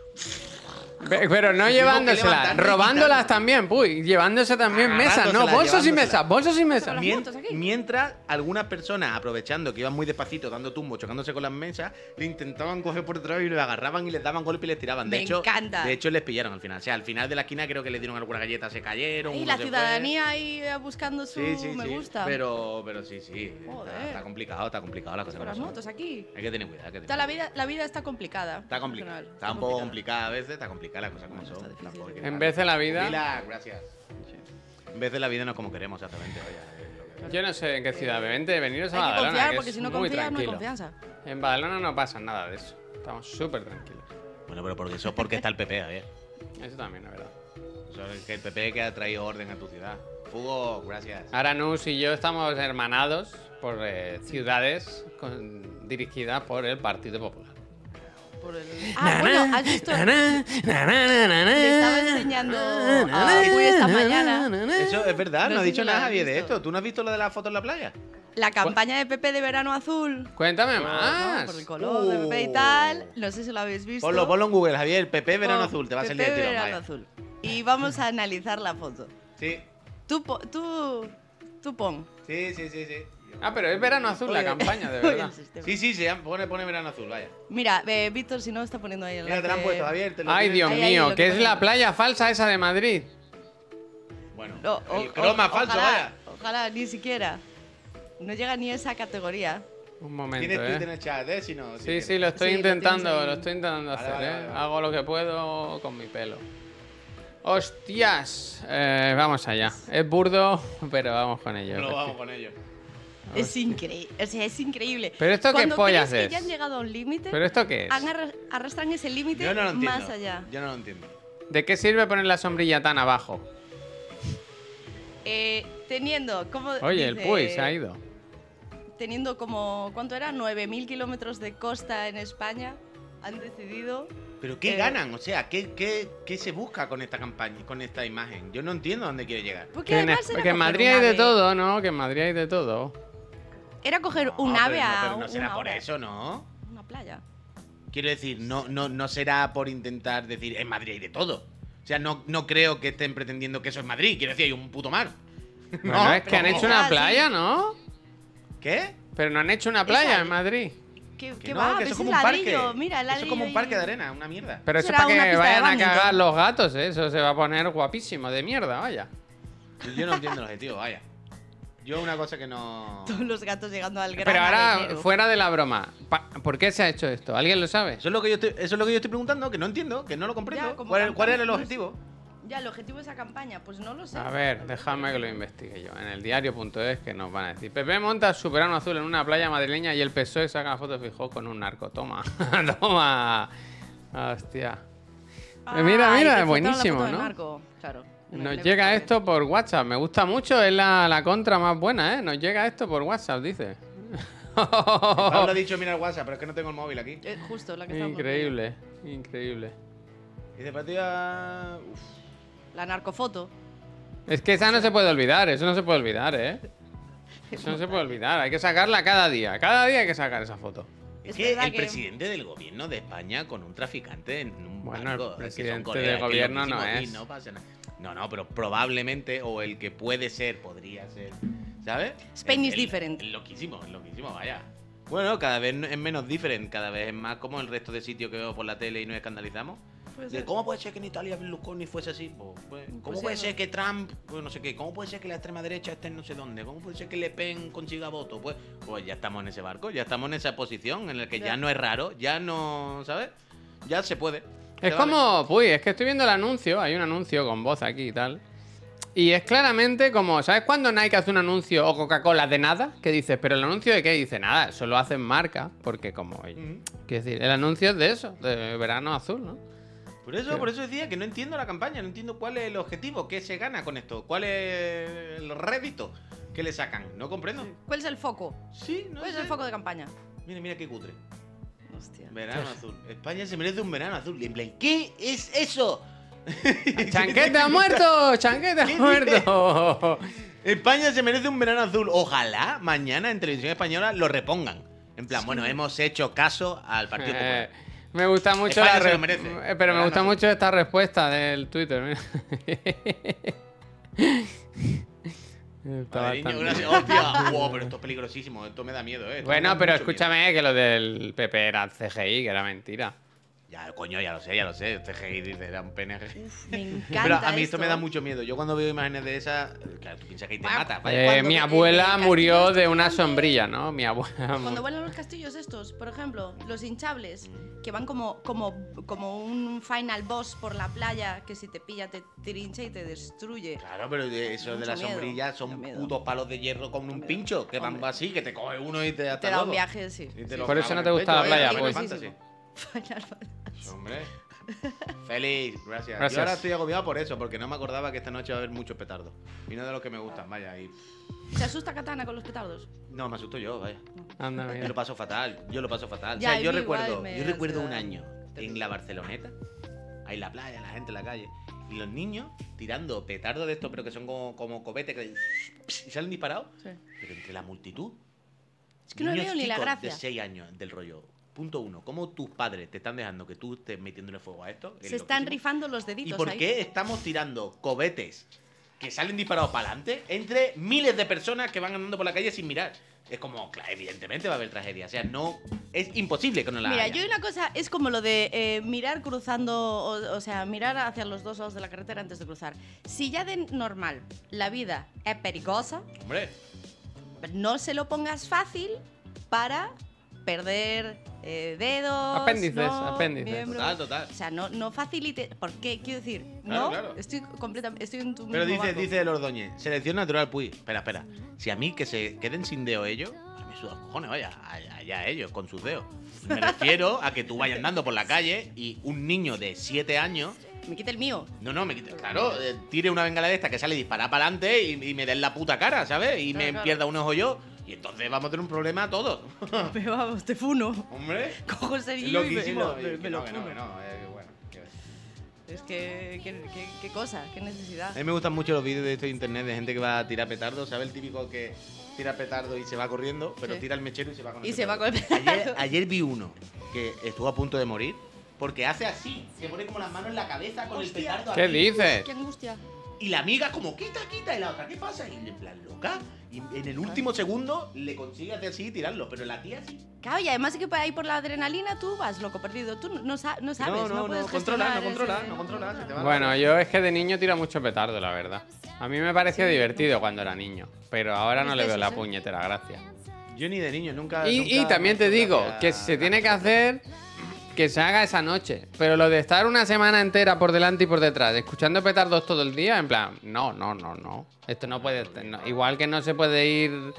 Pe- Pero no
que
llevándosela,
levantarme y
robándolas
quitarme.
también, puy. Llevándose también mesas, no,
Agarrándoselas,
bolsos y
llevándoselas.
mesas, bolsos y mesas.
Las
Mien-
motos aquí.
mientras algunas personas aprovechando que iban muy despacito dando tumbos chocándose con las mesas le intentaban coger por detrás y le agarraban y les daban golpe y les tiraban de
Me
hecho
encanta.
de hecho les pillaron al final o sea al final de la esquina creo que le dieron alguna galleta se cayeron
Y
uno
la
se fue.
ciudadanía ahí eh, buscando su me gusta.
Pero, pero sí, sí. está-
Joder.
Está, complicado, está complicado la cosa.
Con
como
las
son.
motos aquí.
Hay que tener cuidado. hay que tener
O sea, la
cuidado.
vida, la vida está complicada.
Está complicada.
Nacional,
Está, un poco
complicada.
complicada a veces, está complicada la cosa como
Bueno,
son.
está difícil.
tampoco hay que
En
tal.
vez de la vida-
Pilar, gracias. En vez de la vida no es como queremos, exactamente. Vaya, es lo que-
Yo no sé en qué ciudad, vente, veniros a
Hay que
Badalona,
confiar
que
porque
es
si no
muy
confías no hay
tranquilo.
confianza.
En Badalona no pasa nada de eso. Estamos súper tranquilos.
Bueno, pero porque eso es porque está el PP, Javier.
Eso también es verdad.
[LAUGHS] Eso es que el PP que ha traído orden a tu ciudad. Fugo, gracias.
Aranus y yo estamos hermanados por eh, ciudades con- dirigidas por el Partido Popular.
Por el...
[LAUGHS]
Ah, bueno, has visto. Le estaba enseñando a Puy esta mañana
Eso es verdad, no,
No
ha
sé
dicho
si lo
nada
has
Javier de
visto.
esto. ¿Tú no has visto lo de la foto en la playa?
la campaña de Pepe de verano azul.
Cuéntame
Ah, ¿no?
más.
Por el color de Pepe y tal. No sé si lo habéis visto.
Ah, uh. Ponlo, ponlo en Google, Javier. PP Verano
Pon
Azul, te va a salir el
Pepe
tiro.
verano azul. Y vamos a analizar la foto.
Sí,
Tú, po- tú, tú pon.
sí, sí, sí. sí.
Ah, pero es verano azul la
Oye,
campaña, de
[LAUGHS] oye,
verdad.
el sistema.
Sí, sí, se llama- pone, pone verano azul, vaya.
Mira, eh, Víctor, si no, está poniendo ahí el
Mira, te lo han
enlace.
puesto, Javier. te lo
Ay,
tienen-
Dios
Ahí, ahí,
mío,
lo
que
que
es
ponen.
la playa falsa esa de Madrid.
Bueno,
No, o-
el croma
o-
falso,
ojalá,
vaya.
Ojalá, ni siquiera. No llega ni a esa categoría.
Un momento,
Tienes Twitter en
eh.
el chat, ¿eh? Si no, si
Sí,
quieres.
sí, lo estoy
Sí, lo tienes
intentando,
ahí.
lo estoy intentando
Vale,
hacer,
vale,
eh.
vale, vale.
Hago lo que puedo con mi pelo. ¡Hostias! Eh, vamos allá. Es burdo, pero vamos con ello.
No vamos con ello.
Es increíble. O sea, es increíble.
Ah, Pero esto qué
Cuando
pollas
crees
es.
que ya han llegado a un límite,
¿Pero esto qué es?
han arra- arrastran ese límite
Yo no lo entiendo.
más allá.
Yo no lo entiendo.
¿De qué sirve poner la sombrilla tan abajo?
Eh, teniendo como.
Oye, el
dice,
Puy se ha ido.
Teniendo como. ¿Cuánto era? 9.000 kilómetros de costa en España. Han decidido.
Pero ¿qué
Eh,
ganan? O sea, ¿qué, qué, ¿qué se busca con esta campaña, con esta imagen? Yo no entiendo a dónde quiere llegar.
Porque
Que en,
además
Es-
era
que en
coger
Madrid
un
hay de
ave-
todo, ¿no? Que en Madrid hay de todo.
Era coger
No,
un
pero
ave
no,
a
pero no
una
será por
hora,
eso, ¿no?
Una playa.
Quiero decir, no, no, no será por intentar decir en Madrid hay de todo. O sea, no, no creo que estén pretendiendo que eso es Madrid. Quiero decir, hay un puto mar.
No, es que han
¿cómo?
hecho una
Ah,
playa,
sí.
¿no?
¿Qué?
Pero no han hecho una playa
ahí.
en Madrid.
¿Qué,
Que
qué
no,
va?
que eso es
Ves el
como un parque.
ladrillo, Mira, el
eso es como
ladrillo
un parque
y-
de arena, una mierda.
Pero eso
Eso
es para
era una
que
pista de
vayan a
bádminton.
cagar los gatos, ¿eh? Eso se va a poner guapísimo, de mierda, vaya.
Yo no entiendo el objetivo, vaya. Yo una cosa que
[LAUGHS]
no...
Todos los gatos llegando al gran
Pero ahora,
arenero.
fuera de la broma, pa- ¿por qué se ha hecho esto? ¿Alguien lo sabe?
Eso es lo que yo estoy, eso es lo que yo estoy preguntando, que no entiendo, que no lo comprendo.
Ya, como
¿Cuál, cuál era el
cantamos.
objetivo?
Ya, el objetivo de esa campaña, pues no lo sé.
A ver, déjame que lo investigue yo. En el diario.es que nos van a decir. Pepe monta su verano azul en una playa madrileña y el PSOE E saca fotos fijó con un narco. Toma, [LAUGHS] toma. Hostia.
Ay,
mira,
que
mira,
fue
es buenísimo,
toda la foto del
¿no?
narco, Claro.
Nos llega esto por WhatsApp, me gusta mucho, es la, la contra más buena, ¿eh? Nos llega esto por WhatsApp, dice.
Pablo ha dicho, mira el WhatsApp, pero es que no tengo el móvil aquí.
Eh, justo, la que estamos
increíble, increíble.
Y de partida... Uf.
viendo. La narcofoto.
Es que esa no se puede olvidar, eso no se puede olvidar, ¿eh? Eso no se puede olvidar, hay que sacarla cada día, cada día hay que sacar esa foto.
Es
Es
que
verdad
el
que-
presidente del gobierno de España con un traficante en un
Bueno, el
barco, es que
presidente del
son colegas, que
gobierno no
loquísimo, y
es.
no pasa nada. No, no, pero probablemente, o el que puede ser, podría ser. ¿Sabes?
Spain
Es-
is
es-
different.
es loquísimo, es loquísimo, vaya. Bueno, cada vez es menos different, cada vez es más como el resto de sitios que veo por la tele y nos escandalizamos.
Puede
De
ser.
¿Cómo puede ser que en Italia Berlusconi fuese así? Pues, pues, ¿Cómo
Pues sí,
puede
¿no?
ser que Trump, pues, no sé qué? ¿Cómo puede ser que la extrema derecha esté en no sé dónde? ¿Cómo puede ser que Le Pen consiga votos? Pues, pues ya estamos en ese barco, ya estamos en esa posición en la que ya,
Ya.
no es raro, ya no, ¿sabes? Ya se puede.
Es
Ya vale.
como, uy, es que estoy viendo el anuncio, hay un anuncio con voz aquí y tal. Y es claramente como, ¿sabes cuando Nike hace un anuncio o Coca-Cola de nada? Que dices, pero el anuncio de qué dice nada, solo hacen marca, porque como,
Ujú.
quiero decir, el anuncio es de eso, de verano azul,
[LAUGHS]
¿no?
Por eso, por eso decía que no entiendo la campaña, no entiendo cuál es el objetivo, qué se gana con esto, cuál es el rédito que le sacan. No comprendo.
¿Cuál es el foco?
Sí, no
¿Cuál Pues es
sé.
el foco de campaña?
Mira, mira qué cutre.
Hostia.
Verano azul. España se merece un verano azul. Y en plan, ¿qué es eso?
¡Chanquete ha muerto! ¡Chanquete ha
¿Qué
muerto! [LAUGHS]
España se merece un verano azul. Ojalá mañana en televisión española lo repongan. En plan, bueno, hemos hecho caso al Partido
Eh,
Popular.
me gusta mucho
España
la
se lo
re-
merece.
eh, Pero me
Verano
gusta
azul.
mucho esta respuesta del Twitter, [LAUGHS] mira. Está
Madriño,
bastante- [LAUGHS]
gracias. Hostia, wow, pero esto es peligrosísimo. Esto me da miedo, eh. Esto me
Bueno,
da
pero
mucho miedo.
escúchame que lo del PP era CGI, que era mentira.
Ya, coño, ya lo sé, ya lo sé. Este GI dice, era un PNG.
Uf, me
[LAUGHS]
encanta.
Pero a mí esto
esto
me da mucho miedo. Yo cuando veo imágenes de esas, claro, tú piensas que ahí te
Guau.
mata.
Vale,
Eh,
cuando
mi
el- el
abuela
castillo
murió
está
de una
grande.
sombrilla, ¿no? Mi
[LAUGHS]
abuela. mu-
Cuando vuelan los castillos estos, por ejemplo, los hinchables, que van como, como, como un final boss por la playa, que si te pilla te trincha y te destruye.
Claro, pero de- eso de
Mucho
las
miedo,
sombrillas
da
son
miedo.
putos palos de hierro con un
miedo.
pincho que van
Hombre.
así, que te coge uno y te hasta
Te da un
luego.
viaje, sí.
Y te
Sí.
lo
Por
clava
eso
en
no
el
te gusta la
pecho, ¿eh?
playa,
Final
pues.
Fantasy.
Final Fantasy.
Hombre. Feliz, gracias.
Gracias.
Yo ahora estoy agobiado por eso, porque no me acordaba que esta noche va a haber muchos petardos. Y no de los que me gustan, vaya. Y...
¿Se asusta Katana con los petardos?
No, me asusto yo, vaya.
Anda,
Yo
mira.
lo paso fatal, yo lo paso fatal.
Ya,
o sea, yo
a mí igual
recuerdo,
me
yo recuerdo un
ansiedad.
año en la Barceloneta, ahí en la playa, la gente en la calle, y los niños tirando petardos de estos, pero que son como, como cohetes que y salen disparados, pero entre la multitud.
Es que no le
niños
veo ni la
chicos
gracia.
De 6 años del rollo. Punto uno, ¿cómo tus padres te están dejando que tú estés metiéndole fuego a esto? Es
Se están
loquísimo.
rifando los
¿Y
deditos
por
ahí.
qué estamos tirando cohetes que salen disparados para adelante entre miles de personas que van andando por la calle sin mirar? Es como, claro, evidentemente va a haber tragedia. O sea, no. Es imposible que no la
Mira,
haya.
yo una cosa es como lo de eh, mirar cruzando, o, o sea, mirar hacia los dos lados de la carretera antes de cruzar. Si ya de normal la vida es perigosa,
Hombre,
no se lo pongas fácil para perder eh, dedos,
Apéndices,
¿no?
apéndices.
miembros.
total, total.
O sea, no, no facilite. ¿Por qué? Quiero decir,
Ah. Claro,
no,
claro.
estoy completamente. Estoy en tu
Pero
mismo
dice,
barco.
dice el Ordóñez, selección natural, Puy. Espera, espera. Si a mí que se queden sin deo ellos, a mí sus cojones, vaya, a- allá ellos, con sus dedos. Me refiero a que tú vayas andando por la calle y un niño de 7 años
Me quita el mío. [LAUGHS]
No, no, me quita. Claro, eh, tire una bengala de esta que sale disparada para adelante y, y me den la puta cara, ¿sabes? Y
Claro,
me
claro.
pierda un ojo yo. Y entonces vamos a tener un problema todos. [LAUGHS]
Pero vamos, te funo.
Hombre.
Cojo el
Es
cerillo y me,
loquísimo.
me-
y
me
que
lo
no, que no,
funo.
que no, eh, bueno, que-
Es que, qué, qué- qué cosa, qué necesidad.
A mí me gustan mucho los vídeos de esto de internet de gente que va a tirar petardo, ¿sabes? El típico que tira petardo y se va corriendo, pero
Sí.
tira el mechero y se va con
Y se va con el
petardo. Ayer, ayer vi uno que estuvo a punto de morir porque hace así, se pone como las manos en la cabeza con
Hostia.
el petardo.
¿Qué
aquí.
dices?
Qué angustia.
Y la amiga como, quita, quita, y la otra, ¿qué pasa? Y en plan, loca. Y en el
Ah.
último segundo le consigue hacer así y tirarlo, pero la tía sí.
Claro, y además es que por ahí por la adrenalina tú vas loco perdido. Tú no, sa- no sabes, no, puedes gestionar ese-
se te va la-
Bueno, yo es que de niño tira mucho petardo, la verdad. A mí me parecía divertido cuando era niño, pero ahora no le veo la puñetera gracia.
Yo ni de niño Ah, nunca...
Y, y
nunca
también te
me
digo
fotografía-
que si se tiene que hacer, que se haga esa noche. Pero lo de estar una semana entera por delante y por detrás, escuchando petardos todo el día, en plan, no, no, no, no. Esto no puede. no. Igual que no se puede ir.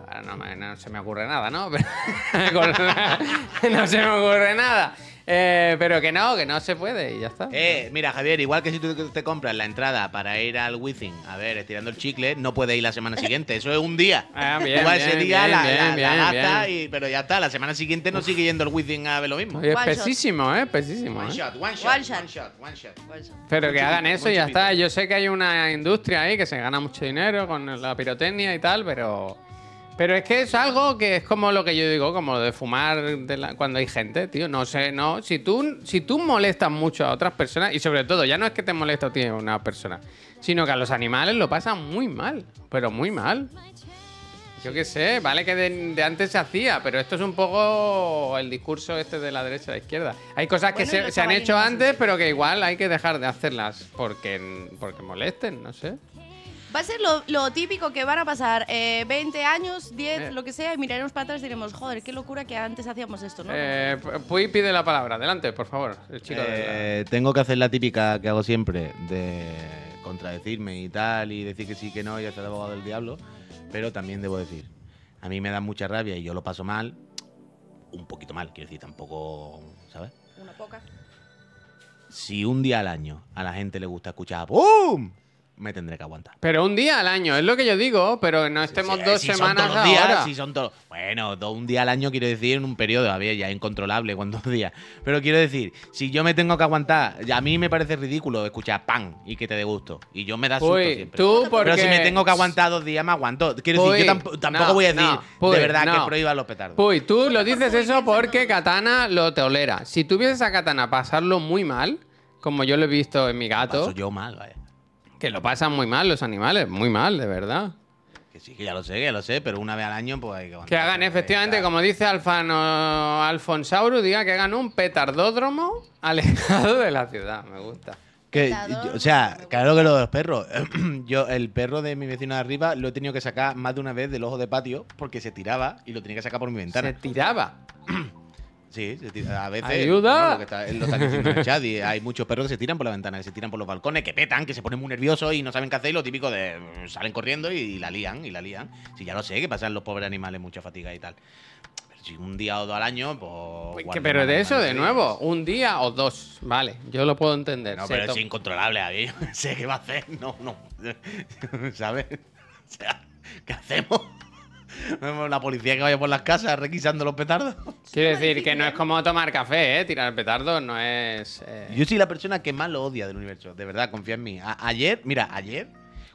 Ahora no, me- no se me ocurre nada, ¿no? [LAUGHS] Pero- con- no se me ocurre nada. Eh, pero que no, que no se puede y ya está.
Eh, mira, Javier, igual que si tú te compras la entrada para ir al Wizzing, a ver, estirando el chicle, no puedes ir la semana siguiente, eso es un día.
[LAUGHS] Ah,
Tú
bien,
vas ese
bien,
día,
bien,
la,
bien,
la- la
bien,
gastas
bien.
y- pero ya está, la semana siguiente no sigue yendo al Wizzing a ver lo mismo.
Oye, es
One shot.
pesísimo, ¿eh? Pesísimo, ¿eh?
one
One shot.
shot, one shot.
Pues,
Pero
Un
que
chupito,
hagan eso
un
y ya
chupito.
está. Yo sé que hay una industria ahí que se gana mucho dinero con la pirotecnia y tal, pero Pero es que es algo que es como lo que yo digo, como de fumar de la- cuando hay gente, tío. No sé, no. Si tú, si tú molestas mucho a otras personas, y sobre todo, ya no es que te molesta a ti una persona, sino que a los animales lo pasan muy mal, pero muy mal. Yo qué sé, vale que de, de antes se hacía, pero esto es un poco el discurso este de la derecha a la izquierda. Hay cosas que
Bueno,
se,
los
se han
caballos
hecho
no
antes,
hacen.
pero que igual hay que dejar de hacerlas porque, porque molesten, no sé.
Va a ser lo, lo típico que van a pasar eh, 20 años, 10,
Eh.
lo que sea, y miraremos para atrás y diremos, joder, qué locura que antes hacíamos esto, ¿no?
Eh, P- Puy pide la palabra, adelante, por favor. El chico de la-
Eh, tengo que hacer la típica que hago siempre de contradecirme y tal y decir que sí, que no y hacer de abogado del diablo, pero también debo decir, a mí me da mucha rabia y yo lo paso mal, un poquito mal, quiero decir, tampoco, ¿sabes?
Una poca.
Si un día al año a la gente le gusta escuchar ¡Bum! Me tendré que aguantar.
Pero un día al año, es lo que yo digo, pero no estemos
Sí,
dos
si son
semanas
todos los días,
ahora.
si son todos- Bueno, do- un día al año quiero decir en un periodo, a ver, ya es incontrolable cuántos días. Pero quiero decir, si yo me tengo que aguantar, ya a mí me parece ridículo escuchar pan y que te dé gusto. Y yo me da susto
Puy,
siempre.
Pues, tú porque...
Pero si me tengo que aguantar dos días, me aguanto. Quiero
Puy,
decir, yo tampo- tampoco
no,
voy a decir
no, Puy,
de verdad
no. Pues,
que prohíba los petardos.
Puy, tú lo dices eso porque Katana lo tolera. Si tuvieses a Katana pasarlo muy mal, como yo lo he visto en mi gato,
Paso yo mal, vaya.
que lo pasan muy mal los animales, muy mal, de verdad.
Que sí, que ya lo sé, que ya lo sé, pero una vez al año, pues hay que aguantar.
Que hagan, efectivamente, como dice Alfano Alfonsauro, diga que hagan un petardódromo alejado de la ciudad. Me gusta.
Que,
Cuidado,
yo- o sea, claro que lo de los perros. [CLEARS THROAT] Yo, el perro de mi vecino de arriba lo he tenido que sacar más de una vez del ojo de patio porque se tiraba y lo tenía que sacar por mi
Se
ventana.
tiraba.
Sí, se tira. A veces.
¡Ayuda!
lo que está- lo están diciendo en el chat y hay muchos perros que se tiran por la ventana, que se tiran por los balcones, que petan, que se ponen muy nerviosos y no saben qué hacer. Y lo típico de. mm, salen corriendo y, la lían, y la lían. Si ya lo sé, que pasan los pobres animales mucha fatiga y tal. Pero si un día o dos al año, pues.
Que,
guarda
pero
más
de eso, de
animales.
nuevo, un día o dos. Vale, yo lo puedo entender.
No,
Se
pero
to-
es incontrolable, Javier. Yo no sé qué va a hacer. No, no. [LAUGHS] ¿Sabes? O sea, ¿qué hacemos? [LAUGHS] La policía que vaya por las casas requisando los petardos.
Quiero decir que no es como tomar café, ¿eh? Tirar petardos no es... eh,
Yo soy la persona que más lo odia del universo. De verdad, confía en mí. A- ayer, mira, ayer,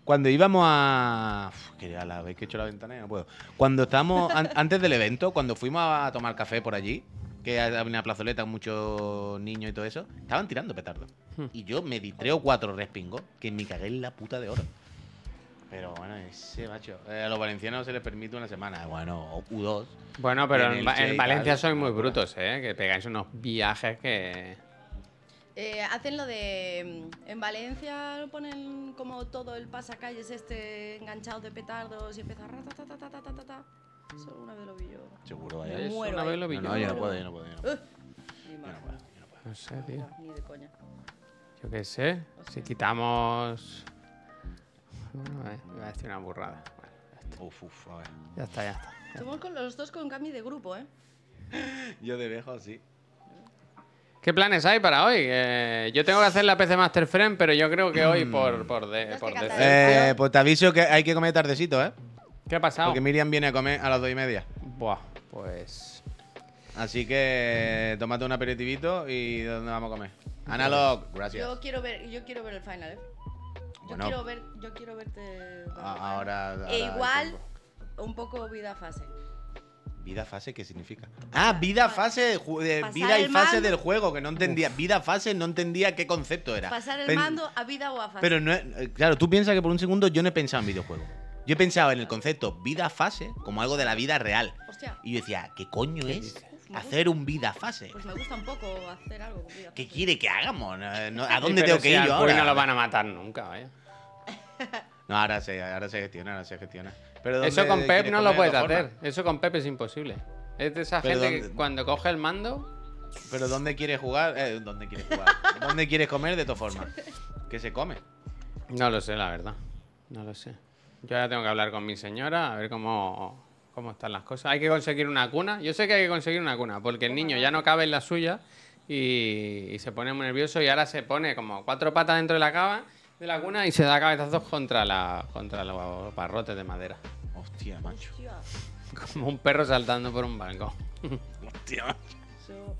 cuando íbamos a. Uf, que a la vez que he hecho la ventana ya no puedo. Cuando estábamos, an- antes del evento, cuando fuimos a tomar café por allí, que había una plazoleta con muchos niños y todo eso, estaban tirando petardos. Y yo me di tres o cuatro respingos que me cagué en la puta de oro. Pero bueno, ese macho. eh, a los valencianos se les permite una semana. Bueno, o Q2.
Bueno, pero
en
en,
el
Va- en
Che y
Valencia
tal,
sois muy
locura.
brutos, ¿eh? Que pegáis unos viajes que...
Eh, hacen lo de. mm, En Valencia lo ponen como todo el pasacalles este enganchado de petardos y empieza. ra, ta, ta, ta, ta, ta, ta, ta, ta. Eso una vez lo vi yo.
Seguro, vaya.
Eso
muero
una
ahí.
vez lo vi
No,
yo.
no, yo no puedo, yo no puedo. Yo no puedo.
Ni
Yo no
más,
puedo.
No sé, tío.
ni de coña.
Yo qué sé. Si quitamos... Bueno, eh, iba a decir una burrada. Bueno,
Uf, uf, a ver.
ya está, ya está.
Somos con los dos con Cami de grupo, ¿eh?
Yo de viejo, sí.
¿Qué planes hay para hoy? Eh, yo tengo que hacer la PC Master Friend, pero yo creo que hoy por, por, de-
Ya se
por
canta
decir-
Eh, pues te aviso que hay que comer tardecito, ¿eh?
¿Qué ha pasado?
Porque Miriam viene a comer a las dos y media.
Buah, pues...
Así que eh, tómate un aperitivito y ¿dónde vamos a comer? Analog, gracias.
Yo quiero ver, yo quiero ver el final, ¿eh? Yo
Bueno.
quiero ver, yo quiero verte.
A- ahora- ahora
E
hay
igual, un poco vida fase.
¿Vida fase qué significa? Ah, vida fase, ju- de
Pasar
vida y
el
fase
mando.
del juego, que no entendía. Vida fase, no entendía qué concepto era.
Pasar el
Pen-
mando a vida o a fase.
Pero no es- eh, claro, tú piensas que por un segundo yo no he pensado en videojuego. Yo he pensado en el concepto vida fase como algo de la vida real.
Hostia,
Y yo decía, ¿qué coño es
Uf, me
hacer un vida fase?
pues me gusta un poco hacer algo con vida
¿Qué
fase.
quiere que hagamos? No, no, ¿A
Sí, [LAUGHS]
dónde
pero
tengo que
si
ir
al
yo
Puy
ahora?
no lo van a matar nunca, vaya.
No, ahora se, ahora se gestiona, ahora se gestiona. Pero ¿dónde
Eso con Pep
quieres
no
comer
lo
de
puedes
todas
hacer.
formas?
Eso con Pep es imposible. Es de esa
Pero
gente que
¿dónde-
cuando coge el mando.
Pero ¿dónde quieres jugar? Eh, ¿Dónde quieres jugar? ¿Dónde quieres comer de todas formas? Que se come.
No lo sé, la verdad. No lo sé. Yo ahora tengo que hablar con mi señora a ver cómo, cómo están las cosas. Hay que conseguir una cuna. Yo sé que hay que conseguir una cuna porque el niño ya no cabe en la suya y, y se pone muy nervioso y ahora se pone como cuatro patas dentro de la cava de la cuna y se da cabezazos contra la contra los barrotes de madera. [LAUGHS]
Hostia, macho.
Hostia,
Como un perro saltando por un banco.
Hostia, macho.
eso-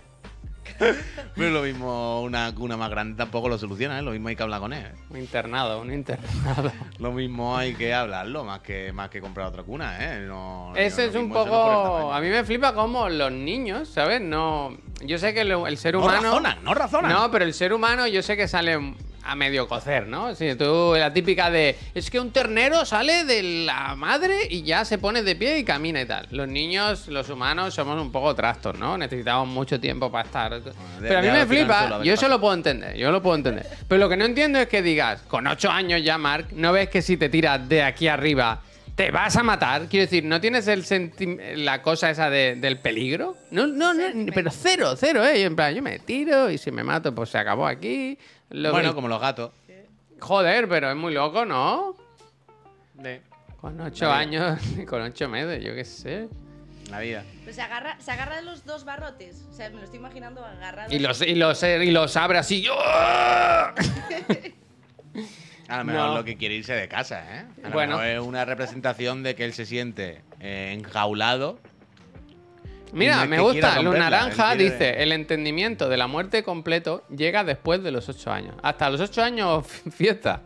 Pero lo mismo, una cuna más grande tampoco lo soluciona, ¿eh? Lo mismo hay que hablar con él. ¿eh?
Un internado, un
[LAUGHS]
internado.
Lo mismo hay que hablarlo, más que, más que comprar otra cuna, ¿eh? No-
Ese
lo
es un
mismo, eso no por el
poco.
tamaño.
A mí me flipa cómo los niños, ¿sabes? No. Yo sé que lo- el ser
No
humano.
razonan, no razonan.
No, pero el ser humano yo sé que sale a medio cocer, ¿no? Si tú, la típica de, es que un ternero sale de la madre y ya se pone de pie y camina y tal. Los niños, los humanos, somos un poco trastos, ¿no? Necesitamos mucho tiempo para estar... Pero a mí
ya
me
lo tiran solo, a
flipa,
ver
yo
qué
eso
pasa.
lo puedo entender, yo lo puedo entender. Pero lo que no entiendo es que digas, con ocho años ya, Mark, ¿no ves que si te tiras de aquí arriba te vas a matar? Quiero decir, ¿no tienes el senti- la cosa esa de- del peligro? No, no, no,
Sentimiento.
pero cero, cero, ¿eh? Y En plan, yo me tiro y si me mato, pues se acabó aquí. Lo
Bueno,
que-
como los gatos.
Joder, pero es muy loco, ¿no? Con ocho años, [LAUGHS] con ocho meses, yo qué sé.
La vida.
Pues se agarra, se agarra de los dos barrotes. O sea, me lo estoy imaginando agarrado.
Y los, y los, y los abre así.
A lo mejor
No.
lo que quiere irse de casa, ¿eh? A lo
Bueno.
mejor es una representación de que él se siente eh, enjaulado. Y no
Mira,
es
me
que quiera
gusta. Luz
romperla,
Naranja
él quiere-
dice: el entendimiento de la muerte completo llega después de los ocho años. Hasta los ocho años, [LAUGHS] fiesta.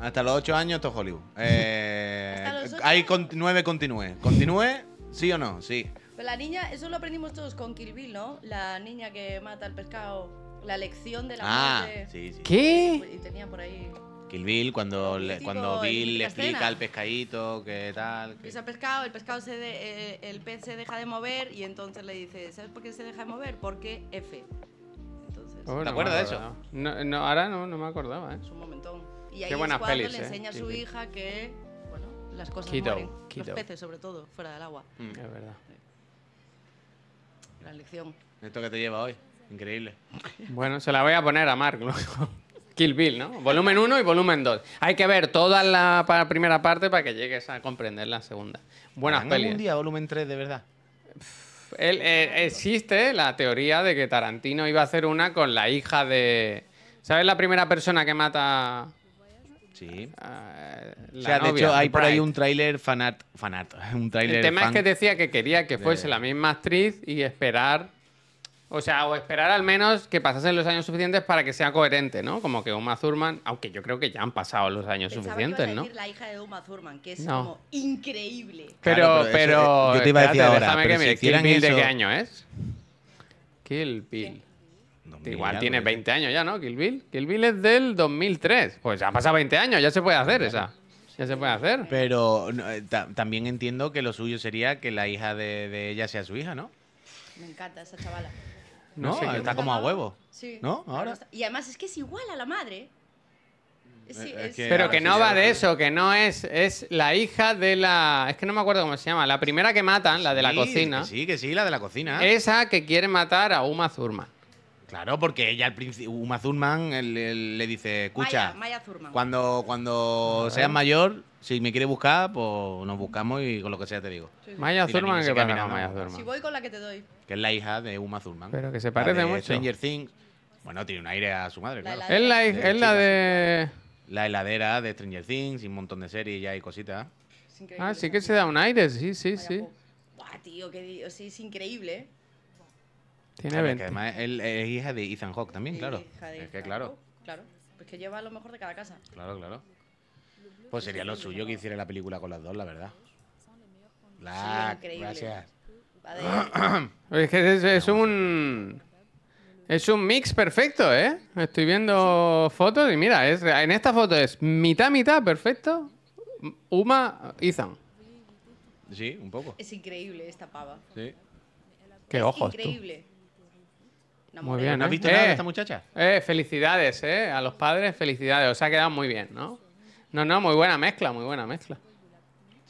Hasta los 8 años, todo Hollywood. Eh,
Hasta los ocho
hay con- nueve continúe. ¿Continúe? ¿Sí o no? Sí.
Pero la niña, eso lo aprendimos todos con Kill Bill, ¿no? La niña que mata al pescado. La lección de la
Ah,
muerte.
sí, sí.
¿Qué?
Y tenía por ahí.
Kill Bill, cuando, le-
Mítico,
cuando
el
Bill le
mítica
explica
escena.
al pescadito que tal. que-
Pisa al pescado, el pescado se de- eh, el pez se deja de mover y entonces le dice, ¿sabes por qué se deja de mover? Porque F. Entonces,
Oh, no me
acuerdas de eso?
acordaba. No, no, ahora no, no me acordaba, ¿eh?
es un momentón. Y ahí
Qué buenas
es cuando
pelis,
le
eh,
enseña a
Kill
su
Bill.
hija que, bueno, las cosas
Kiddo,
mueren.
kiddo. Mm.
Los peces, sobre todo, fuera del agua.
Mm.
Es verdad.
La lección.
Esto que te lleva hoy. Increíble.
Bueno, se la voy a poner a Mark luego. [LAUGHS] Kill Bill, ¿no? Volumen 1 y volumen 2. Hay que ver toda la pa- primera parte para que llegues a comprender la segunda. Buenas
¿Harán algún
pelis.
día volumen 3, de verdad.
Él, eh, existe la teoría de que Tarantino iba a hacer una con la hija de. ¿Sabes la primera persona que mata
Sí.
eh, la
o sea, de
novia,
hecho, hay
The
por ahí
Bride?
un tráiler fanart. Fanart. Un tráiler.
El tema
fan-
es que decía que quería que
de-
fuese la misma actriz y esperar. O sea, o esperar al menos que pasasen los años suficientes para que sea coherente, ¿no? Como que Uma Thurman, aunque yo creo que ya han pasado los años
Pensaba que ibas
suficientes,
a
¿no?
decir la hija de Uma Thurman, que es
No.
como increíble.
Pero,
Claro, pero
pero,
eso- eh, yo te iba a decir ahora,
déjame
pero
que
si
mire, Kill
hicieran
Bill de
eso-
qué año es. Kill Bill.
No, mira,
Igual
algo ¿eh?
tiene
de-
20 años ya, ¿no? Kill Bill. Kill Bill es del 2003. Pues ya han pasado 20 años, ya se puede hacer esa. Ya se puede hacer.
Pero no, eh, ta- también entiendo que lo suyo sería que la hija de, de ella sea su hija, ¿no?
Me encanta esa chavala.
No
No,
sé qué-
está como a huevo.
Sí.
¿No?
Ahora
Ahora.
está- Y además es que es igual a la madre. Sí,
Eh, es
es-
que-
Pero
ahora
que
sí
no
ya
va
lo
de
creo.
eso, que no es. Es la hija de la. Es que no me acuerdo cómo se llama. La primera que matan, la de la
Sí,
cocina.
que sí, que sí, la de la cocina.
Esa que quiere matar a Uma Thurman.
Claro, porque ella al principio, Uma Thurman él- él le dice, escucha,
Maya, Maya Thurman.
cuando, cuando seas mayor, si me quieres buscar, pues nos buscamos y con lo que sea te digo.
Sí, sí.
Maya
Y la niña
Thurman, ¿qué
sigue
pasa con
caminando.
Maya
Si
Thurman?
voy con la que te doy.
Que es la hija de Uma Thurman.
Pero que se
La
parece
de
mucho.
Stranger Things. Bueno, tiene un aire a su madre,
La
claro.
Es
heladera.
la, hij-
De
es la
chicas.
de.
La heladera de Stranger Things y un montón de series ya y cositas.
Es increíble
Ah, sí
esa
que se da un aire, sí, sí,
Maya
sí.
Pop. Buah, tío, que di- o sea, es increíble. ¿eh?
Tiene
Claro, es
20.
que además él es hija de Ethan Hawke también, claro.
eh, Hija de
Es que
Hija
claro,
Pop, Claro. Pues que lleva lo mejor de cada casa.
claro, claro. Pues sería lo suyo que hiciera la película con las dos, la verdad. La
increíble.
gracias.
Va
[COUGHS]
de-
Es que es, es un. Es un mix perfecto, ¿eh? Estoy viendo fotos y mira, es, en esta foto es mitad, mitad, perfecto. Uma, Ethan.
Sí, un poco.
es increíble esta pava.
Sí.
Qué
Es
ojos, tú.
increíble. Una
Muy
morena.
bien,
¿No has visto
Eh.
nada de esta muchacha?
Eh, felicidades, eh. A los padres, felicidades. Os ha quedado muy bien, ¿no? No, no, muy buena mezcla, muy buena mezcla.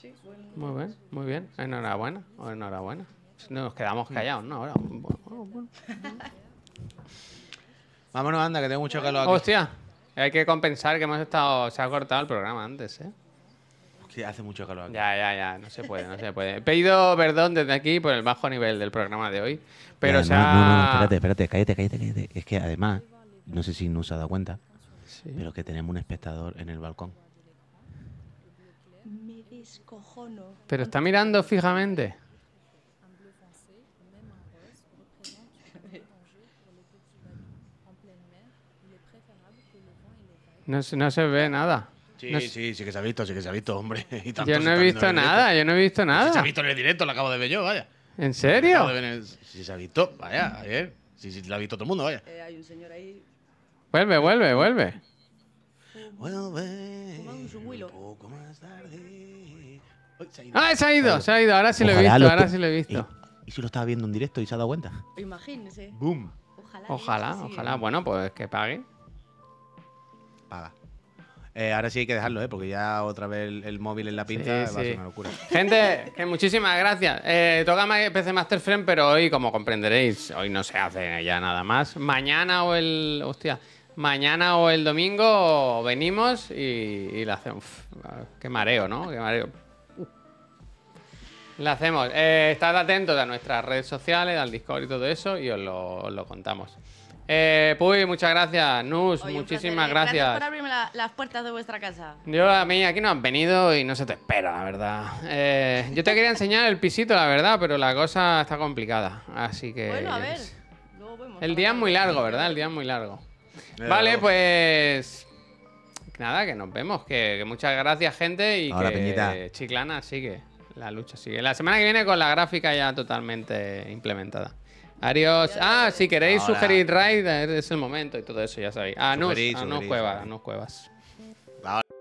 Sí, bueno.
Muy bien, muy bien. Enhorabuena, o enhorabuena. Nos quedamos callados, ¿no? Ahora. Bueno, bueno, bueno.
Vámonos, anda, que tengo mucho calor aquí.
Hostia, hay que compensar que hemos estado. Se ha cortado el programa antes, ¿eh?
Hostia, hace mucho calor aquí.
Ya, ya, ya, no se puede, no se puede. He pedido perdón desde aquí por el bajo nivel del programa de hoy, pero
Ya,
se
no,
ha...
no, no, espérate, espérate, cállate, cállate, cállate. Es que además, no sé si no se ha dado cuenta,
Sí.
pero que tenemos un espectador en el balcón.
Me descojono.
Pero está mirando fijamente. No, se- no se ve nada.
Sí,
No se-
sí, sí que se ha visto, sí que se ha visto, hombre. [LAUGHS] Y tanto,
Yo
sí,
no he
tanto en
visto
el
nada,
directo.
yo no he visto
Sí se ha
nada.
visto en el directo, lo acabo de ver yo, vaya.
¿En
Acabo de
serio?
ver en el- Sí se ha visto, vaya, ayer. Sí, sí, lo ha visto todo el mundo, vaya.
Eh, hay un señor ahí.
Vuelve, vuelve, vuelve.
Vuelve
Fumamos un huilo.
un poco más tarde. Uy, se ha ido.
Ah, se ha ido, se ha ido. Ahora sí lo he
Ojalá
visto,
lo
ahora
te-
sí lo he visto.
¿Y, y si lo estaba viendo en directo y se ha dado cuenta?
Imagínese.
¡Boom!
Ojalá. eh,
Ojalá,
sí, sí.
ojalá. Bueno, pues que pague.
Paga. Eh, ahora sí hay que dejarlo, ¿eh? Porque ya otra vez el, el móvil en la pinza
Sí,
va a
sí.
ser una locura.
Gente, que muchísimas gracias. Eh, toca más PC Master Friend, pero hoy, como comprenderéis, hoy no se hace ya nada más. Mañana o el. Hostia. Mañana o el domingo venimos y, y la hacemos. Uf, qué mareo, ¿no? Qué mareo. La hacemos. Eh, estad atentos a nuestras redes sociales, al Discord y todo eso, y os lo, os lo contamos. Eh, Puy, muchas gracias. Nus,
Oye, un
muchísimas
placer, eh. Gracias por
gracias.
abrirme la- las puertas de vuestra casa.
Yo a mí aquí no han venido y no se te espera, la verdad. Eh, yo te quería enseñar el pisito, la verdad, pero la cosa está complicada. Así que.
bueno, a
yo qué
ver.
sé.
Luego vemos.
El día es muy largo, ¿verdad? El día es muy largo.
Eh,
Vale,
luego.
pues. Nada, que nos vemos. Que, que muchas gracias, gente. Y
Ahora,
que
Peñita.
Chiclana sigue. La lucha sigue. La semana que viene con la gráfica ya totalmente implementada. Adiós. Ah, si queréis
Ahora.
sugerir raid, es el momento y todo eso, ya sabéis. Ah, no,
Sugerid, sugerid,
Cuevas,
sugerid.
Anus Cuevas.